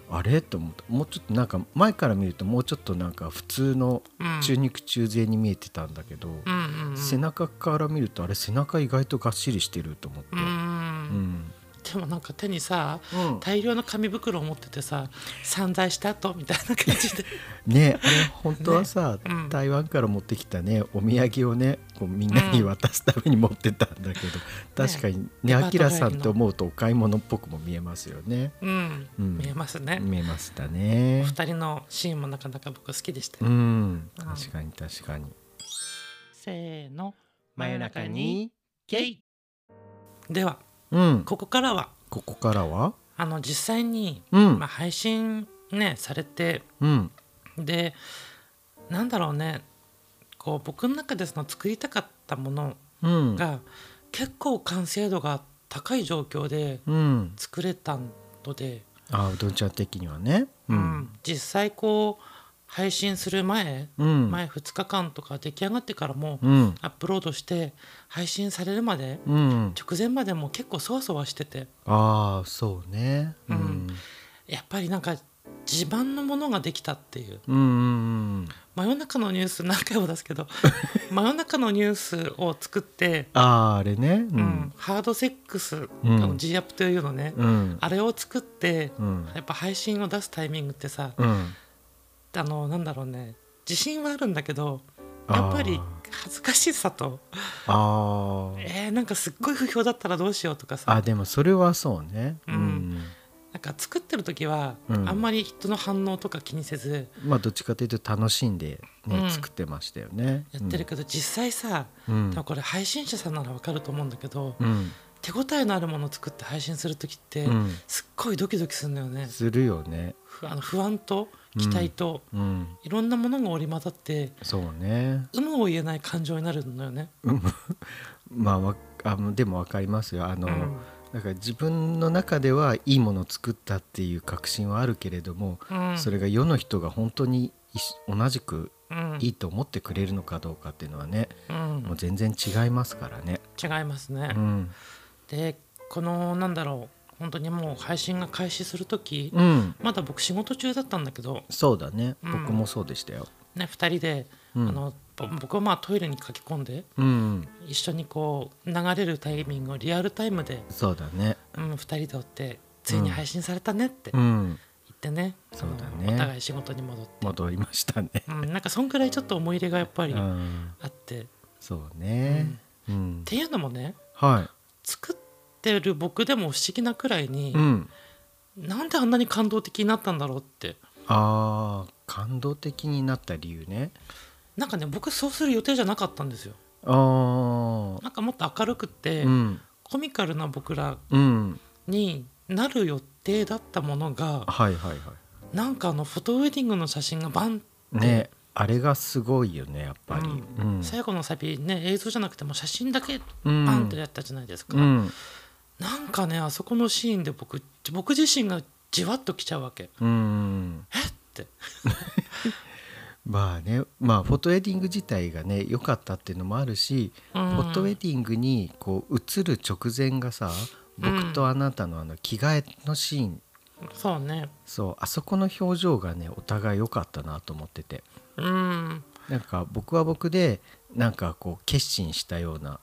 Speaker 2: あれと思ったもうちょっとなんか前から見るともうちょっとなんか普通の
Speaker 1: うん
Speaker 2: 中肉中背に見えてたんだけど、
Speaker 1: うんうんうん
Speaker 2: 背中から見るとあれ背中意外とがっしりしてると思って、
Speaker 1: う
Speaker 2: うんん
Speaker 1: でもなんか手にさ、
Speaker 2: うん
Speaker 1: 大量の紙袋を持っててさ散財した後みたいな感じで
Speaker 2: ねあれ本当はさ、
Speaker 1: ねうん
Speaker 2: 台湾から持ってきたねお土産をねこうみんなに渡すために持ってたんだけど、確かにね
Speaker 1: デパ
Speaker 2: あ
Speaker 1: ート
Speaker 2: きらさん
Speaker 1: 帰り
Speaker 2: と
Speaker 1: の
Speaker 2: 思うとお買い物っぽくも見えますよね
Speaker 1: うん、
Speaker 2: うん
Speaker 1: 見えますね、
Speaker 2: 見えました
Speaker 1: お
Speaker 2: ね
Speaker 1: 二人のシーンもなかなか僕好きでしたよ、
Speaker 2: うん確かに確かに
Speaker 1: せーの
Speaker 3: 真夜中にゲイ
Speaker 1: では
Speaker 2: うん
Speaker 1: ここからは
Speaker 2: ここからは
Speaker 1: あの実際に、
Speaker 2: うん
Speaker 1: まあ、配信ねされて
Speaker 2: うん
Speaker 1: でなんだろうねこう僕の中でその作りたかったもの
Speaker 2: うん
Speaker 1: が結構完成度が高い状況で
Speaker 2: うん、
Speaker 1: 作れたので、
Speaker 2: あうどんちゃん的にはね。う、
Speaker 1: うんん実際こう配信する前、
Speaker 2: うん、
Speaker 1: 前2日間とか出来上がってからも
Speaker 2: うん、
Speaker 1: アップロードして配信されるまで
Speaker 2: うん、
Speaker 1: 直前までも結構そわそわしてて
Speaker 2: ああ、そうね。
Speaker 1: うんやっぱりなんか自慢のものができたっていう
Speaker 2: うんうんうん
Speaker 1: 真夜中のニュース何回も出す けど真夜中のニュースを作って、
Speaker 2: あああれねう
Speaker 1: うん
Speaker 2: ん
Speaker 1: ハードセックス
Speaker 2: うん
Speaker 1: の G アップというのね、
Speaker 2: うん
Speaker 1: あれを作って、
Speaker 2: うん
Speaker 1: やっぱ配信を出すタイミングってさ、
Speaker 2: うん
Speaker 1: あのなんだろうね自信はあるんだけどやっぱり恥ずかしさと
Speaker 2: あー
Speaker 1: えー、なんかすっごい不評だったらどうしようとか
Speaker 2: あーあ
Speaker 1: さ
Speaker 2: でもそれはそうねう
Speaker 1: うんんなんか作ってる時は、
Speaker 2: うん
Speaker 1: あんまり人の反応とか気にせず
Speaker 2: まあどっちかというと楽しんで
Speaker 1: う
Speaker 2: ね
Speaker 1: ん
Speaker 2: 作ってましたよね
Speaker 1: やってるけど、実際さ、
Speaker 2: うん
Speaker 1: 多分これ配信者さんならわかると思うんだけど、
Speaker 2: うん
Speaker 1: 手応えのあるものを作って配信する時って、
Speaker 2: うん
Speaker 1: すっごいドキドキするんだよね
Speaker 2: するよね
Speaker 1: ふあの不安と期待と、
Speaker 2: うん
Speaker 1: いろんなものが織り交ざって
Speaker 2: そうね
Speaker 1: 有無を言えない感情になるんだよね。
Speaker 2: まあわあのでも分かりますよあの、
Speaker 1: うん
Speaker 2: だから自分の中ではいいものを作ったっていう確信はあるけれども、
Speaker 1: うん
Speaker 2: それが世の人が本当に一緒同じく
Speaker 1: うん
Speaker 2: いいと思ってくれるのかどうかっていうのはね、
Speaker 1: うん
Speaker 2: もう全然違いますからね。
Speaker 1: 違いますね。
Speaker 2: うん、
Speaker 1: でこのなんだろう本当にもう配信が開始する時、
Speaker 2: うん、
Speaker 1: まだ僕仕事中だったんだけど、
Speaker 2: そうだね、
Speaker 1: うん
Speaker 2: 僕もそうでしたよ。
Speaker 1: ね、2人で、
Speaker 2: うん
Speaker 1: あのぼ僕はまあトイレに駆け込んで
Speaker 2: うん、
Speaker 1: 一緒にこう流れるタイミングをリアルタイムで、
Speaker 2: そうだね。
Speaker 1: うん、2人で追ってついに配信されたねって
Speaker 2: う
Speaker 1: 言
Speaker 2: ん、
Speaker 1: ってね,あ
Speaker 2: そう
Speaker 1: の、
Speaker 2: だね
Speaker 1: お互い仕事に戻って、
Speaker 2: 戻りましたね。
Speaker 1: うん、なんかそんくらいちょっと思い入れがやっぱり
Speaker 2: う
Speaker 1: あ
Speaker 2: ん、
Speaker 1: って、っ
Speaker 2: そうね。うん、
Speaker 1: ていうのもね
Speaker 2: は
Speaker 1: 作ってる僕でも不思議なくらいに
Speaker 2: い。う、ん、
Speaker 1: なんであんなに感動的になったんだろうって
Speaker 2: ああ、感動的になった理由ね。
Speaker 1: なんかね僕そうする予定じゃなかったんですよ
Speaker 2: あ
Speaker 1: なんかもっと明るく
Speaker 2: あ、
Speaker 1: て、
Speaker 2: うん、
Speaker 1: コミカルな僕ら
Speaker 2: うん、
Speaker 1: になる予定だったものが
Speaker 2: はいはいは
Speaker 1: なんかあのフォトウェディングの写真がバン
Speaker 2: い。ね、あれがすごいよね、やっぱり。
Speaker 1: う
Speaker 2: うん、
Speaker 1: 最後のサビね映像じゃなくてもう写真だけ
Speaker 2: うん
Speaker 1: バンとやったじゃないですか、
Speaker 2: うん、
Speaker 1: なんかねあそこのシーンで僕僕自身がじわっときちゃうわけ
Speaker 2: うん、
Speaker 1: えって
Speaker 2: まあね、まあフォトエディング自体がね、良かったっていうのもあるし。
Speaker 1: うん
Speaker 2: フォトエディングにこう映る直前がさ、僕とあなたのあの着替えのシーン。
Speaker 1: そうね
Speaker 2: そう、あそこの表情がね、お互い良かったなと思ってて。
Speaker 1: うん
Speaker 2: なんか僕は僕でなんかこう決心したような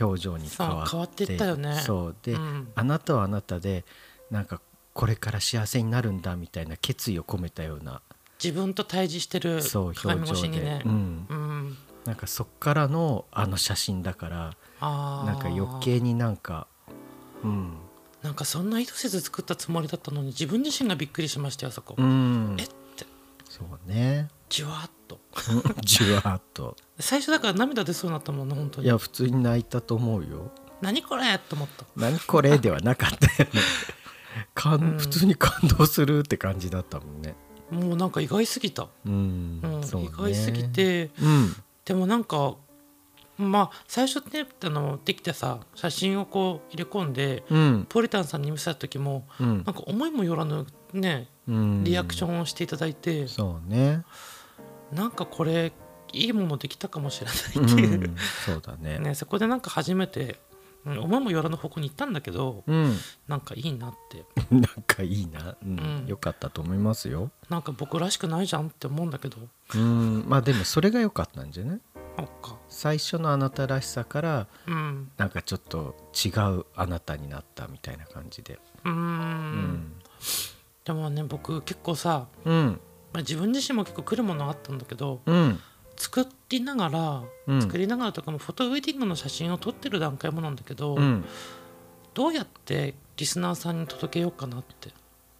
Speaker 2: 表情に変わっ
Speaker 1: そ
Speaker 2: て
Speaker 1: う変わっていったよね
Speaker 2: そうで、
Speaker 1: うん
Speaker 2: あなたはあなたでなんかこれから幸せになるんだみたいな決意を込めたような
Speaker 1: 自分と対峙してる
Speaker 2: そう表
Speaker 1: 鏡越
Speaker 2: 情
Speaker 1: し
Speaker 2: で、
Speaker 1: にね
Speaker 2: うん、
Speaker 1: うん
Speaker 2: なんかそっからのあの写真だから
Speaker 1: あー
Speaker 2: なんか余計になんかうん、
Speaker 1: なんかそんな意図せず作ったつもりだったのに自分自身がびっくりしましたよそこ、
Speaker 2: うん
Speaker 1: え、って
Speaker 2: そう ね
Speaker 1: じわーっと
Speaker 2: じわーっと
Speaker 1: 最初だから涙出そうになったもんね本当
Speaker 2: い
Speaker 1: に
Speaker 2: や普通に泣いたと思うよ
Speaker 1: 何これと思った
Speaker 2: 何これではなかった よね感普通に感動するって感じだったもんね
Speaker 1: もうなんか意外すぎた、
Speaker 2: うん、
Speaker 1: うん
Speaker 2: そうね
Speaker 1: 意外すぎて
Speaker 2: うん
Speaker 1: でもなんかまあ最初ねあのできてさ写真をこう入れ込んで
Speaker 2: うん
Speaker 1: ポリタンさんに見せた時も
Speaker 2: うん
Speaker 1: なんか思いもよらぬね
Speaker 2: うん
Speaker 1: リアクションをしていただいて、
Speaker 2: そうね、
Speaker 1: なんかこれいいものできたかもしれ
Speaker 2: う
Speaker 1: ないっていう、
Speaker 2: ん、そうだね
Speaker 1: ね、そこでなんか初めて、うん、思いもよらぬ方向に行ったんだけど
Speaker 2: うん
Speaker 1: なんかいいなって
Speaker 2: なんかいいな、うん
Speaker 1: うん
Speaker 2: よかったと思いますよ
Speaker 1: なんか僕らしくないじゃんって思うんだけど
Speaker 2: うんまあでもそれが良かったんじゃない
Speaker 1: なんか
Speaker 2: 最初のあなたらしさから
Speaker 1: うん
Speaker 2: なんかちょっと違うあなたになったみたいな感じで
Speaker 1: うーん
Speaker 2: うん
Speaker 1: でもね僕結構さ、
Speaker 2: うん
Speaker 1: まあ、自分自身も結構来るものあったんだけど
Speaker 2: うん
Speaker 1: 作りながら、
Speaker 2: うん
Speaker 1: 作りながらとかもフォトウェディングの写真を撮ってる段階もなんだけど、
Speaker 2: うん
Speaker 1: どうやってリスナーさんに届けようかなって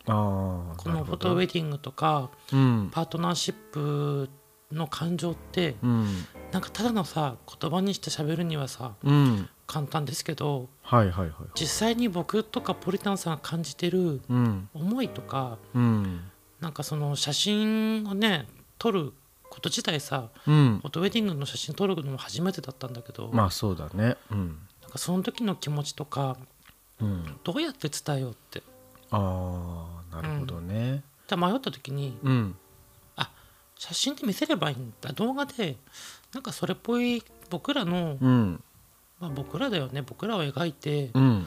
Speaker 2: ああ
Speaker 1: このフォトウェディングとか
Speaker 2: うん
Speaker 1: パートナーシップの感情って
Speaker 2: うん
Speaker 1: なんかただのさ言葉にして喋るにはさ
Speaker 2: うん
Speaker 1: 簡単ですけど
Speaker 2: はいはいはい
Speaker 1: 実際に僕とかポリタンさんが感じてる
Speaker 2: うん
Speaker 1: 思いとか
Speaker 2: うん
Speaker 1: なんかその写真をね撮ること自体さ
Speaker 2: うん
Speaker 1: フォトウェディングの写真撮るのも初めてだったんだけど、
Speaker 2: まあそうだねうん
Speaker 1: なんかその時の気持ちとか
Speaker 2: うん
Speaker 1: どうやって伝えようって
Speaker 2: ああなるほどね
Speaker 1: じゃあ迷った時に
Speaker 2: うん
Speaker 1: 写真で見せればいいんだ動画でなんかそれっぽい僕らの、
Speaker 2: うん
Speaker 1: まあ、僕らだよね僕らを描いて
Speaker 2: うん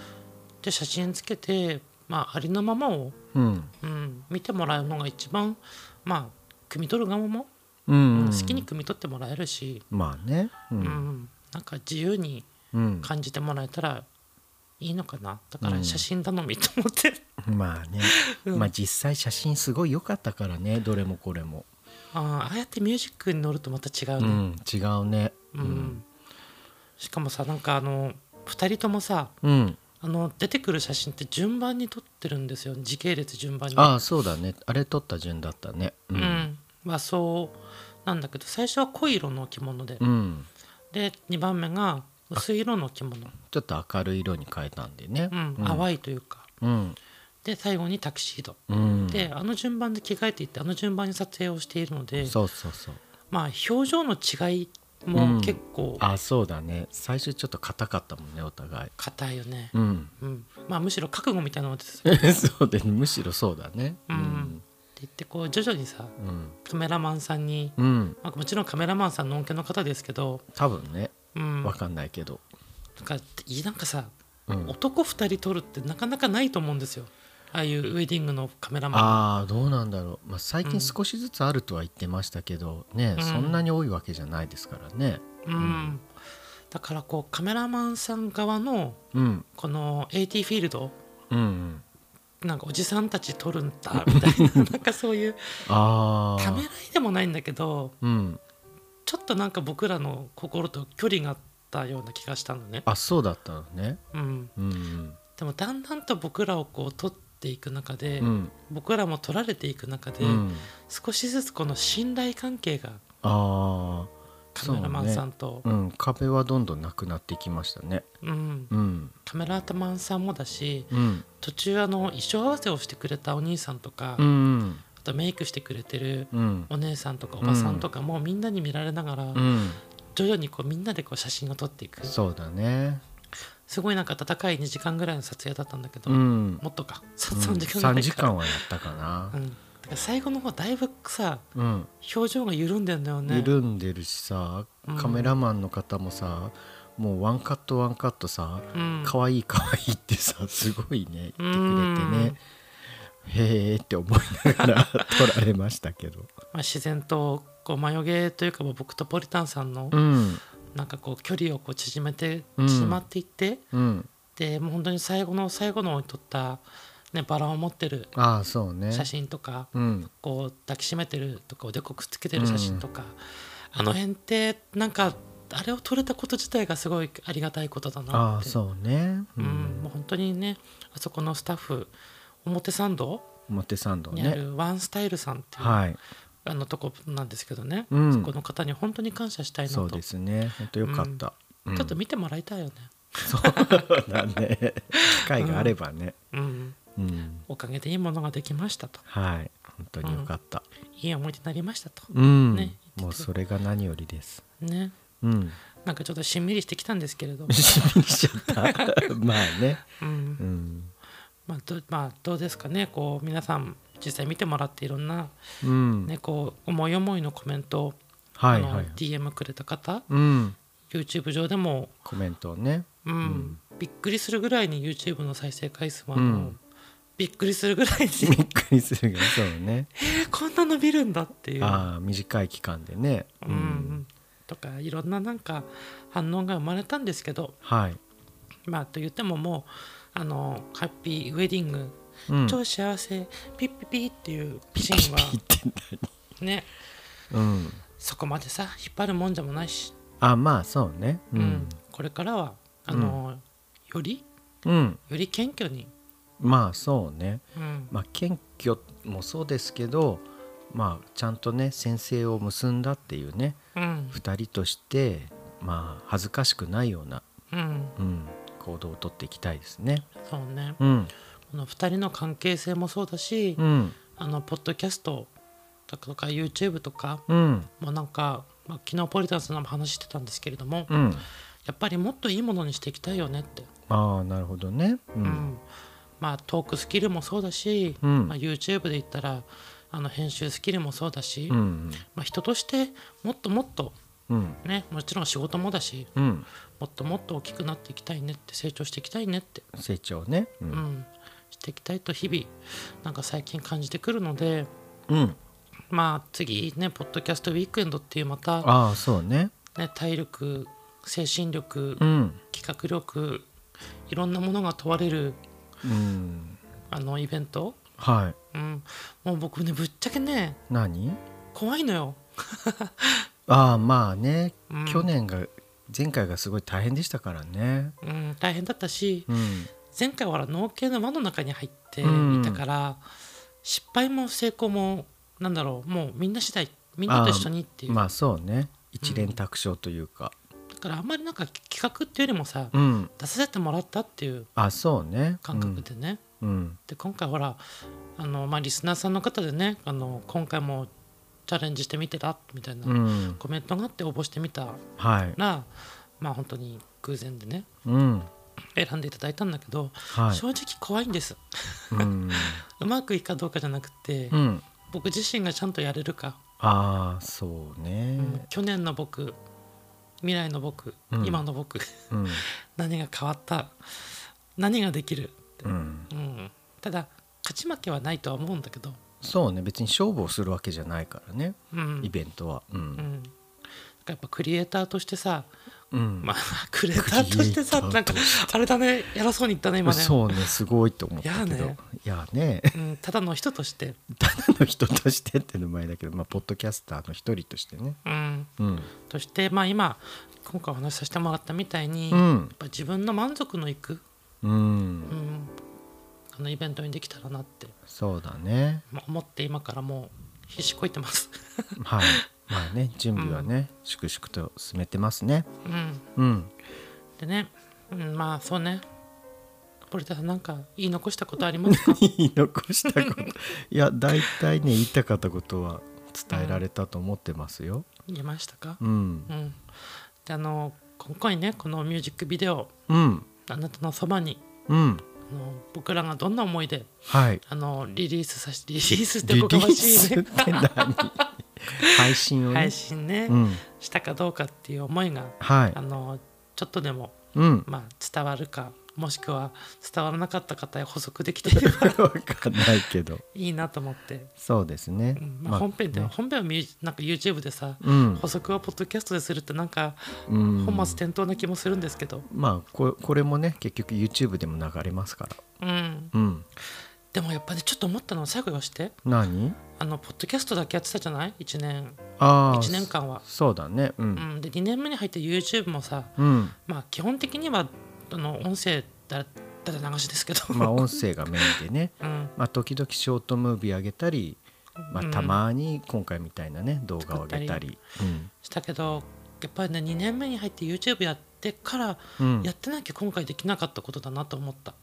Speaker 1: で写真つけてまあ、ありのままを、
Speaker 2: うん
Speaker 1: うん、見てもらうのが一番、まあ、汲み取る側も、
Speaker 2: うん
Speaker 1: 好きに汲み取ってもらえるし、
Speaker 2: まあねう
Speaker 1: うん
Speaker 2: ん
Speaker 1: なんか自由に
Speaker 2: うん
Speaker 1: 感じてもらえたらいいのかなだか
Speaker 2: う
Speaker 1: ら
Speaker 2: ん
Speaker 1: 写真頼みと思って、
Speaker 2: まあね
Speaker 1: うん
Speaker 2: まあ実際写真すごい良かったからねどれもこれも
Speaker 1: あーああやってミュージックに乗るとまた違う
Speaker 2: う
Speaker 1: ね、
Speaker 2: ん違うね
Speaker 1: うんしかもさなんかあの2人ともさ
Speaker 2: うん
Speaker 1: あの出てくる写真って順番に撮ってるんですよ時系列順番に。
Speaker 2: ああそうだねあれ撮った順だったねう
Speaker 1: うんんまあそうなんだけど最初は濃い色の着物で、
Speaker 2: うん
Speaker 1: で2番目が薄い色の着物、
Speaker 2: ちょっと明るい色に変えたんでね
Speaker 1: うん
Speaker 2: うん
Speaker 1: 淡いというか
Speaker 2: うん
Speaker 1: で最後にタキシード、
Speaker 2: うん
Speaker 1: であの順番で着替えていってあの順番に撮影をしているので
Speaker 2: そうそうそう
Speaker 1: まあ表情の違い
Speaker 2: う
Speaker 1: も
Speaker 2: ん
Speaker 1: 結構
Speaker 2: あそうだね最初ちょっと硬かったもんねお互い
Speaker 1: 硬いよね、
Speaker 2: うん
Speaker 1: うんまあむしろ覚悟みたいなものですよ
Speaker 2: そうでむしろそうだね
Speaker 1: うんって言ってこう徐々にさ
Speaker 2: うん
Speaker 1: カメラマンさんに、
Speaker 2: うん
Speaker 1: まあ、もちろんカメラマンさんの恩恵の方ですけど、
Speaker 2: 多分ね
Speaker 1: うん、
Speaker 2: わかんないけど
Speaker 1: なんかいいなんかさ、
Speaker 2: うん
Speaker 1: 男2人撮るってなかなかないと思うんですよああいうウェディングのカメラマン
Speaker 2: ああどうなんだろうまあ最
Speaker 1: う
Speaker 2: 近
Speaker 1: ん
Speaker 2: 少しずつあるとは言ってましたけどね
Speaker 1: うん
Speaker 2: そんなに多いわけじゃないですからね
Speaker 1: うん、だからこうカメラマンさん側の
Speaker 2: うん
Speaker 1: この AT フィールド
Speaker 2: うんうん
Speaker 1: なんかおじさんたち撮るんだみたいななんかそういう
Speaker 2: あ
Speaker 1: ためら
Speaker 2: あ
Speaker 1: いでもないんだけど
Speaker 2: うん
Speaker 1: ちょっとなんか僕らの心と距離があったような気がしたのね、
Speaker 2: あそうだったのね
Speaker 1: うん、
Speaker 2: うん
Speaker 1: でもだんだんと僕らをこう撮っていく中で、
Speaker 2: うん
Speaker 1: 僕らも撮られていく中で、
Speaker 2: うん
Speaker 1: 少しずつこの信頼関係が
Speaker 2: ああ
Speaker 1: カメラマンさんとう、
Speaker 2: うん壁はどんどんなくなってきましたね
Speaker 1: ん、
Speaker 2: うん
Speaker 1: カメラマンさんもだし
Speaker 2: うん
Speaker 1: 途中あの衣装合わせをしてくれたお兄さんとか、
Speaker 2: う
Speaker 1: あ
Speaker 2: んうん
Speaker 1: とメイクしてくれてる
Speaker 2: うん
Speaker 1: お姉さんとかおばさんとかもみんなに見られながら、
Speaker 2: うん、
Speaker 1: 徐々にこうみんなでこう写真を撮っていく
Speaker 2: そうだね。
Speaker 1: すごいなんか暖かい2時間ぐらいの撮影だったんだけど、
Speaker 2: うん。
Speaker 1: もっとかさ
Speaker 2: うん
Speaker 1: 3時間ぐら
Speaker 2: 三
Speaker 1: い
Speaker 2: 時
Speaker 1: か、
Speaker 2: 間はやったかな
Speaker 1: う。ん、だから最後の方だいぶさ
Speaker 2: うん。
Speaker 1: 表情が緩んでんだよね
Speaker 2: 緩んでるしさ、
Speaker 1: うん
Speaker 2: カメラマンの方もさ、もうワンカットワンカットさ、
Speaker 1: うん
Speaker 2: 可愛い可愛いって さ、すごいね言ってくれて
Speaker 1: うん
Speaker 2: ね。へえって思いながら 撮られましたけど。
Speaker 1: まあ、自然とこう眉毛というかまあ僕とポリタンさんの
Speaker 2: うん。
Speaker 1: なんかこう距離をこう縮めて
Speaker 2: うん
Speaker 1: 縮まっていって、
Speaker 2: うん。
Speaker 1: でもう本当に最後の最後の方に撮った、ね、バラを持ってる
Speaker 2: ああ、そうね。
Speaker 1: 写。真とか、
Speaker 2: うん。
Speaker 1: こう抱きしめてるとかおでこくっつけてる写真とか、あの辺ってなんかあれを撮れたこと自体がすごいありがたいことだな
Speaker 2: あ
Speaker 1: っ
Speaker 2: あ、
Speaker 1: て
Speaker 2: そうね。
Speaker 1: う
Speaker 2: う
Speaker 1: ん
Speaker 2: ん。
Speaker 1: もう本当にねあそこのスタッフ表参道
Speaker 2: 表参道
Speaker 1: にあ
Speaker 2: ね。
Speaker 1: るワンスタイルさんっていう、
Speaker 2: はい。
Speaker 1: あのとこなんですけどね、
Speaker 2: うん
Speaker 1: そこの方に本当に感謝したいな
Speaker 2: そ
Speaker 1: と
Speaker 2: うですね。本当よかった。うん
Speaker 1: ちょっと見てもらいたいよね、
Speaker 2: そうだね。機会があればね。
Speaker 1: うん、
Speaker 2: うん。
Speaker 1: おかげでいいものができましたと
Speaker 2: はい。本当によかった。
Speaker 1: いい思い出になりましたと
Speaker 2: うん。
Speaker 1: ね
Speaker 2: もうそれが何よりです。
Speaker 1: ね
Speaker 2: うん。、
Speaker 1: なんかちょっとしんみりしてきたんですけれど
Speaker 2: しみりしち ゃった。まあね。
Speaker 1: うん
Speaker 2: うん。
Speaker 1: まあどまあ、どうですかねこう皆さん実際見てもらっていろんな、
Speaker 2: うん。
Speaker 1: ね、こう思い思いのコメントを、
Speaker 2: はい
Speaker 1: あ
Speaker 2: は
Speaker 1: の
Speaker 2: い。
Speaker 1: DM くれた方
Speaker 2: うん。
Speaker 1: YouTube 上でも、
Speaker 2: コメントをね。
Speaker 1: うん
Speaker 2: ん
Speaker 1: びっくりするぐらいに YouTube の再生回数は、あ
Speaker 2: う
Speaker 1: の
Speaker 2: ん
Speaker 1: びっくりするぐらいに
Speaker 2: びっくりするがそう ね。
Speaker 1: えこんな伸びるんだっていう、
Speaker 2: ああ短い期間でね。
Speaker 1: うんうん。とかいろんななんか反応が生まれたんですけど
Speaker 2: はい。
Speaker 1: まあと言ってももうあのハッピーウェディング、
Speaker 2: うん。
Speaker 1: 超幸せピッピピっていうシーンはね
Speaker 2: うん。
Speaker 1: そこまでさ引っ張るもんじゃもないし、
Speaker 2: あまあそうね。う
Speaker 1: うん
Speaker 2: ん。
Speaker 1: これからはあの、より
Speaker 2: うん。
Speaker 1: より謙虚に、
Speaker 2: まあそうね。
Speaker 1: うん
Speaker 2: まあ、謙虚もそうですけど、まあ、ちゃんとね先生を結んだっていうね
Speaker 1: うん
Speaker 2: 2人として、まあ、恥ずかしくないような、
Speaker 1: うん、
Speaker 2: うん、行動をとっていきたいですね。
Speaker 1: そうね
Speaker 2: うん
Speaker 1: この2人の関係性もそうだし、
Speaker 2: うん
Speaker 1: あのポッドキャストとか YouTube とか
Speaker 2: うん
Speaker 1: もうなんか、まあ、昨日ポリタンさんのも話してたんですけれども、
Speaker 2: うん、
Speaker 1: やっぱりもっといいものにしていきたいよねって、
Speaker 2: ああなるほどね。う
Speaker 1: うん
Speaker 2: ん
Speaker 1: まあ、トークスキルもそうだし、
Speaker 2: うん
Speaker 1: まあ、YouTube で言ったらあの編集スキルもそうだし、
Speaker 2: うん
Speaker 1: まあ、人としてもっともっと、
Speaker 2: うん
Speaker 1: ね、もちろん仕事もだし
Speaker 2: うん
Speaker 1: もっともっと大きくなっていきたいねって成長していきたいねって、
Speaker 2: 成長ね。う
Speaker 1: うんん、していきたいと日々なんか最近感じてくるので
Speaker 2: うん
Speaker 1: まあ次ねポッドキャストウィークエンドっていうまた、
Speaker 2: ああそうね
Speaker 1: ね、体力精神力
Speaker 2: うん
Speaker 1: 企画力いろんなものが問われる
Speaker 2: うん
Speaker 1: あのイベント、
Speaker 2: は
Speaker 1: う
Speaker 2: い
Speaker 1: ん、もう僕ねぶっちゃけね
Speaker 2: 何
Speaker 1: 怖いのよ。
Speaker 2: ああまあね、
Speaker 1: うん
Speaker 2: 去年が前回がすごい大変でしたからね
Speaker 1: うん、大変だったし
Speaker 2: うん
Speaker 1: 前回は農系の輪の中に入ってい
Speaker 2: うん
Speaker 1: たから、失敗も成功もなんだろうもうみんな次第みんなと一緒にっていう、
Speaker 2: まあそうね一連卓勝というか
Speaker 1: だからあんまりなんか企画っていうよりもさ、
Speaker 2: うん、
Speaker 1: 出させてもらったっていう
Speaker 2: あそうね
Speaker 1: 感覚でね、
Speaker 2: うん、うん
Speaker 1: で今回ほらあの、まあ、リスナーさんの方でねあの今回もチャレンジしてみてたみたいな
Speaker 2: うん
Speaker 1: コメントがあって応募してみた
Speaker 2: はい
Speaker 1: らまあ本当に偶然でね
Speaker 2: うん
Speaker 1: 選んでいただいたんだけど、
Speaker 2: はい
Speaker 1: 正直怖いんです
Speaker 2: うん、
Speaker 1: うまくいくかどうかじゃなくて、
Speaker 2: うん、
Speaker 1: 僕自身がちゃんとやれるか、
Speaker 2: ああそうね
Speaker 1: うん去年の僕未来の僕、
Speaker 2: うん
Speaker 1: 今の僕
Speaker 2: うん
Speaker 1: 何が変わった何ができる、
Speaker 2: うん
Speaker 1: うん、ただ勝ち負けはないとは思うんだけど、
Speaker 2: そうね別に勝負をするわけじゃないからね
Speaker 1: うん
Speaker 2: イベントはう
Speaker 1: うんん、だからやっぱクリエイターとしてさ、
Speaker 2: うん
Speaker 1: まあクリエイターとしてさ
Speaker 2: クリエイターとし
Speaker 1: な
Speaker 2: て
Speaker 1: んかあれだね偉そうに言ったね今ね
Speaker 2: そうねすごいと思ったけど
Speaker 1: いやね
Speaker 2: いやね
Speaker 1: うん、ただの人として、
Speaker 2: ただの人としてっていうの前だけど、まあ、ポッドキャスターの一人としてね
Speaker 1: うん、
Speaker 2: うん、
Speaker 1: としてまあ今今回お話しさせてもらったみたいに、
Speaker 2: う
Speaker 1: やっ
Speaker 2: ん
Speaker 1: ぱ自分の満足のいく、
Speaker 2: うん
Speaker 1: う、ん、あのイベントにできたらなって
Speaker 2: そうだね
Speaker 1: まあ思って今からもう必死こいて ます。
Speaker 2: はいまあね準備はね粛々と進めてますね
Speaker 1: うん、
Speaker 2: うん
Speaker 1: でね、うん、まあそうね堀田さんなんか言い残したことあります か
Speaker 2: 言い残し たこといや大体ね言いたかったことは伝えられたと思ってますよ
Speaker 1: 言いましたか、
Speaker 2: うん
Speaker 1: うん、であの今回ねこのミュージックビデオ
Speaker 2: うん
Speaker 1: 「あなたのそばに
Speaker 2: うん」
Speaker 1: あの僕らがどんな思いで
Speaker 2: はい
Speaker 1: あのリリースさしリリースって
Speaker 2: リリ
Speaker 1: こがま
Speaker 2: ー
Speaker 1: しい
Speaker 2: スっ
Speaker 1: ね
Speaker 2: て何配信をね、
Speaker 1: 配信ね、
Speaker 2: うん
Speaker 1: したかどうかっていう思いが
Speaker 2: はい
Speaker 1: あのちょっとでも、
Speaker 2: うん
Speaker 1: まあ、伝わるかもしくは伝わらなかった方へ補足できていれば
Speaker 2: わかんないけど
Speaker 1: いいなと思って、
Speaker 2: そうですね、
Speaker 1: うんまあ、本編で、
Speaker 2: ね
Speaker 1: 本編はミュージなんか YouTube でさ、
Speaker 2: うん
Speaker 1: 補足をポッドキャストでするってなんか
Speaker 2: うん
Speaker 1: 本末転倒な気もするんですけど、
Speaker 2: まあここれもね結局 YouTube でも流れますから
Speaker 1: うん、
Speaker 2: うん
Speaker 1: でもやっぱりちょっと思ったのは最後よして
Speaker 2: 何
Speaker 1: あのポッドキャストだけやってたじゃない1年
Speaker 2: ああ
Speaker 1: 1年間は、
Speaker 2: そうだねう
Speaker 1: うんん、で2年目に入って YouTube もさ、
Speaker 2: うん、
Speaker 1: まあ、基本的にはあの音声だだだ流しですけど、
Speaker 2: まあ音声がメインでね
Speaker 1: うん、
Speaker 2: まあ時々ショートムービー上げたり、まあ、
Speaker 1: うん
Speaker 2: たまに今回みたいなね動画を上げたり
Speaker 1: したけどやっぱりね2年目に入って YouTube やってから
Speaker 2: うん、うん
Speaker 1: やってなきゃ今回できなかったことだなと思った、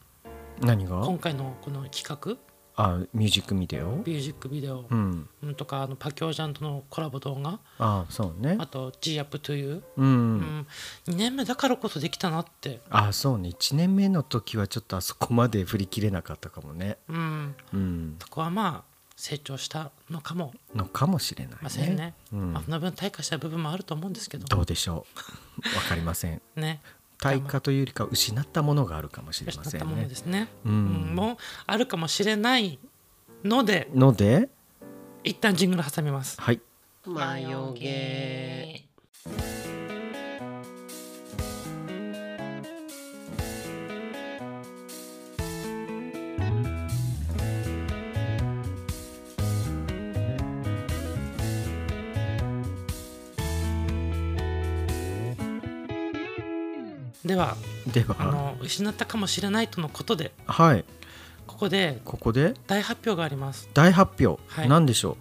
Speaker 2: 何が
Speaker 1: 今回のこの企画
Speaker 2: あミュージックビデオ
Speaker 1: ミュージックビデオ
Speaker 2: うん
Speaker 1: うんとかあのパキョージャンとのコラボ動画
Speaker 2: ああそうね
Speaker 1: あと G アップという、
Speaker 2: うん、
Speaker 1: うん、2年目だからこそできたなって、
Speaker 2: ああそうね1年目の時はちょっとあそこまで振り切れなかったかもね
Speaker 1: うん、
Speaker 2: うん
Speaker 1: そこはまあ成長したのかも
Speaker 2: のかもしれない
Speaker 1: ませんね
Speaker 2: うん
Speaker 1: まあ、その分退化した部分もあると思うんですけど
Speaker 2: どうでしょう わかり ません
Speaker 1: ね
Speaker 2: 対価というよりか失ったものがあるかもしれ
Speaker 1: 失
Speaker 2: ま
Speaker 1: っ
Speaker 2: せ
Speaker 1: た
Speaker 2: ん
Speaker 1: もの
Speaker 2: ね
Speaker 1: ですね、
Speaker 2: うん
Speaker 1: うんもうあるかもしれないので
Speaker 2: ので
Speaker 1: 一旦ジングル挟みます
Speaker 2: はい
Speaker 3: マヨゲ
Speaker 1: では
Speaker 2: で
Speaker 1: あ
Speaker 2: は
Speaker 1: の失ったかもしれないとのことで
Speaker 2: はい
Speaker 1: ここで
Speaker 2: ここで
Speaker 1: 大発表があります
Speaker 2: 大発表、
Speaker 1: はい
Speaker 2: 何でしょ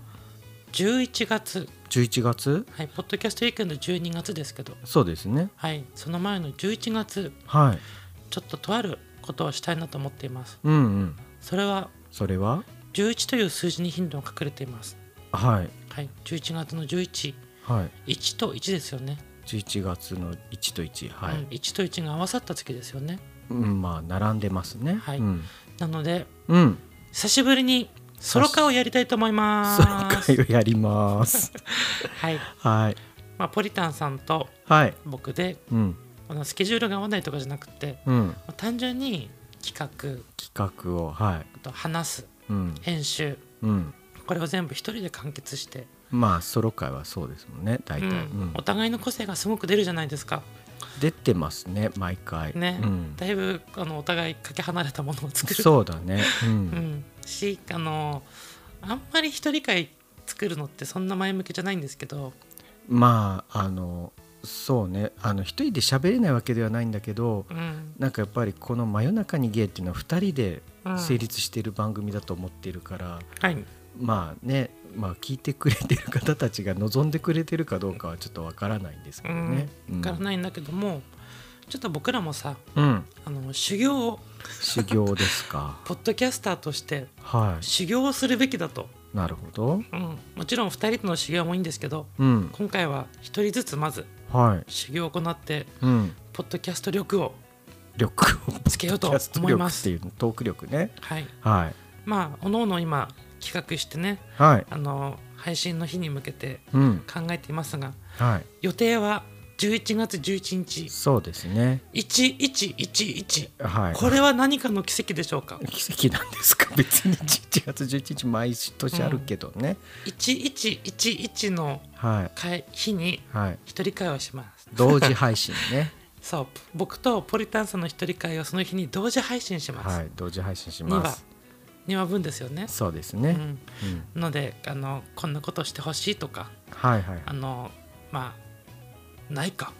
Speaker 1: 11月
Speaker 2: う11月
Speaker 1: はいポッドキャストウィークエンド12月ですけど
Speaker 2: そうですね
Speaker 1: はいその前の11月
Speaker 2: はい
Speaker 1: ちょっととあることをしたいなと思っています
Speaker 2: うんうん
Speaker 1: それは
Speaker 2: それは
Speaker 1: 11という数字に頻度が隠れています
Speaker 2: はい
Speaker 1: はい11月の111
Speaker 2: はい
Speaker 1: と1ですよね、
Speaker 2: 11月の1と1は
Speaker 1: うん
Speaker 2: い、
Speaker 1: 1と1が合わさった月ですよね
Speaker 2: うん、まあ並んでますね
Speaker 1: はい
Speaker 2: うん、
Speaker 1: なので
Speaker 2: うん、
Speaker 1: 久しぶりにソロ化をやりたいと思います
Speaker 2: その回をやります
Speaker 1: はい、
Speaker 2: はい
Speaker 1: まあ、ポリタンさんと
Speaker 2: はい
Speaker 1: 僕で
Speaker 2: うん
Speaker 1: あのスケジュールが合わないとかじゃなくて
Speaker 2: うん
Speaker 1: まあ単純に企画
Speaker 2: 企画をはい
Speaker 1: あと話す
Speaker 2: うん
Speaker 1: 編集
Speaker 2: うん
Speaker 1: これを全部一人で完結して、
Speaker 2: まあソロ会はそうですもんね大体、
Speaker 1: う
Speaker 2: うんん
Speaker 1: お互いの個性がすごく出るじゃないですか
Speaker 2: 出てますね毎回
Speaker 1: ね、
Speaker 2: うん、
Speaker 1: だいぶあのお互いかけ離れたものを作る
Speaker 2: そうだね、うん
Speaker 1: うん、しあのあんまり一人会作るのってそんな前向きじゃないんですけど、
Speaker 2: まああのそうねあの一人で喋れないわけではないんだけど
Speaker 1: うん
Speaker 2: なんかやっぱりこの「真夜中にゲイ」っていうのは2人で
Speaker 1: うん
Speaker 2: 成立している番組だと思っているから、
Speaker 1: はい、
Speaker 2: まあね、まあ、聞いてくれてる方たちが望んでくれてるかどうかはちょっとわからないんですけどね。
Speaker 1: うん、から
Speaker 2: い、
Speaker 1: ないんだけどもちょっと僕らもさ
Speaker 2: うん、
Speaker 1: あの修行を
Speaker 2: 修行ですか
Speaker 1: ポッドキャスターとして
Speaker 2: は
Speaker 1: 修行をするべきだと、
Speaker 2: いなるほど、
Speaker 1: うん、もちろん2人との修行もいいんですけど
Speaker 2: うん
Speaker 1: 今回は1人ずつまず
Speaker 2: はい
Speaker 1: 修行を行って
Speaker 2: うん、
Speaker 1: ポッドキャスト力を
Speaker 2: 力を
Speaker 1: つけようと思います
Speaker 2: キャスト力っていうのトーク力ね
Speaker 1: はい
Speaker 2: はい
Speaker 1: まあおのおの今企画してね
Speaker 2: はい
Speaker 1: あの配信の日に向けて
Speaker 2: うん
Speaker 1: 考えていますが
Speaker 2: はい
Speaker 1: 予定は11月11日
Speaker 2: そうですね
Speaker 1: 1111
Speaker 2: はい
Speaker 1: これは何かの奇跡でしょうか
Speaker 2: 奇跡なんですか 別に11月11日毎年あるけどね、
Speaker 1: 1111の
Speaker 2: はい
Speaker 1: 会日に
Speaker 2: はい
Speaker 1: 一人会をします
Speaker 2: 同時配信ね
Speaker 1: そう僕とポリタンさんの一人会をその日に同時配信します、
Speaker 2: はい同時配信し
Speaker 1: 2
Speaker 2: ま
Speaker 1: 話
Speaker 2: す
Speaker 1: 2話分ですよね
Speaker 2: そうですね、
Speaker 1: うん
Speaker 2: うん
Speaker 1: のであのこんなことしてほしいとか
Speaker 2: はいはい
Speaker 1: あのまあないか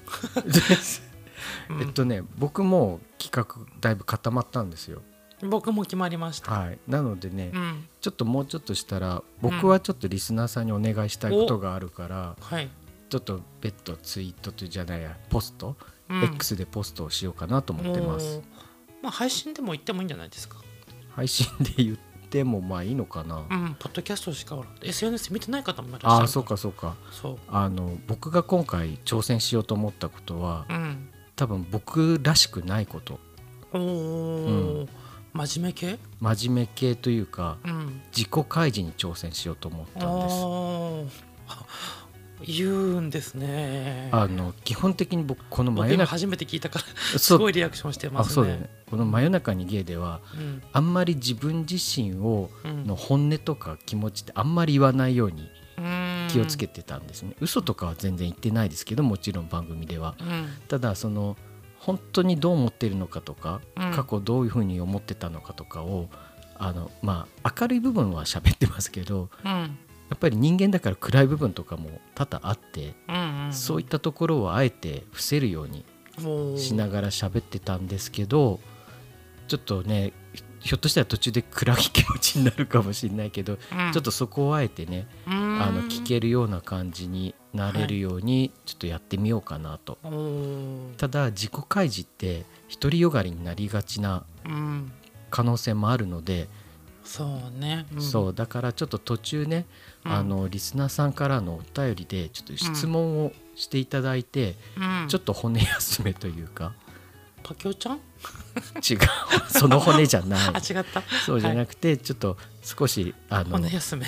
Speaker 1: うん
Speaker 2: えっとね僕も企画だいぶ固まったんですよ
Speaker 1: 僕も決まりました、
Speaker 2: はいなのでね、
Speaker 1: うん
Speaker 2: ちょっともうちょっとしたら僕はちょっとリスナーさんにお願いしたいことがあるから、
Speaker 1: はい、
Speaker 2: ちょっと別途ツイートというじゃないやポスト、
Speaker 1: うん
Speaker 2: X でポストをしようかなと思ってま
Speaker 1: も
Speaker 2: す
Speaker 1: うまあ配信でも言ってもいいんじゃないですか
Speaker 2: 配信で言ってもまあいいのかな、
Speaker 1: うんポッドキャストしかほら SNS 見てない方もいらっしゃる
Speaker 2: ああそうかそうか
Speaker 1: そう
Speaker 2: あの僕が今回挑戦しようと思ったことは
Speaker 1: うん
Speaker 2: 多分僕らしくないこと
Speaker 1: おおー、真面目系
Speaker 2: 真面目系というか
Speaker 1: うん
Speaker 2: 自己開示に挑戦しようと思ったんです
Speaker 1: おー言うんですね
Speaker 2: あの基本的に僕この真
Speaker 1: 僕
Speaker 2: 夜
Speaker 1: 今
Speaker 2: 中
Speaker 1: 初めて聞いたから
Speaker 2: そ
Speaker 1: す
Speaker 2: う
Speaker 1: ごいリアクションしてま
Speaker 2: あ
Speaker 1: すね
Speaker 2: そうだよねこの真夜中にゲイでは
Speaker 1: うん
Speaker 2: あんまり自分自身を
Speaker 1: うん
Speaker 2: の本音とか気持ちってあんまり言わないように
Speaker 1: うん
Speaker 2: 気をつけてたんですね、嘘とかは全然言ってないですけどもちろん番組では
Speaker 1: うん
Speaker 2: ただその本当にどう思ってるのかとか、
Speaker 1: うん
Speaker 2: 過去どういうふうに思ってたのかとかをあのまあ明るい部分は喋ってますけど
Speaker 1: うん
Speaker 2: やっぱり人間だから暗い部分とかも多々あって、
Speaker 1: うんうん
Speaker 2: そういったところをあえて伏せるように
Speaker 1: おー
Speaker 2: しながら喋ってたんですけどちょっとねひょっとしたら途中で暗い気持ちになるかもしれないけど、
Speaker 1: うん
Speaker 2: ちょっとそこをあえてね、
Speaker 1: うん
Speaker 2: あの聞けるような感じになれるようにちょっとやってみようかなと、
Speaker 1: おー
Speaker 2: ただ自己開示って独りよがりになりがちな
Speaker 1: うん
Speaker 2: 可能性もあるので、
Speaker 1: そうね、うん、
Speaker 2: そうだからちょっと途中ね、
Speaker 1: うん
Speaker 2: あのリスナーさんからのお便りでちょっと質問をしていただいて、
Speaker 1: うん、
Speaker 2: ちょっと骨休めというか、
Speaker 1: 竹雄ちゃん
Speaker 2: 違うその骨じゃない
Speaker 1: あ違った
Speaker 2: そうじゃ
Speaker 1: はい
Speaker 2: なくて、ちょっと少しあの
Speaker 1: 骨休め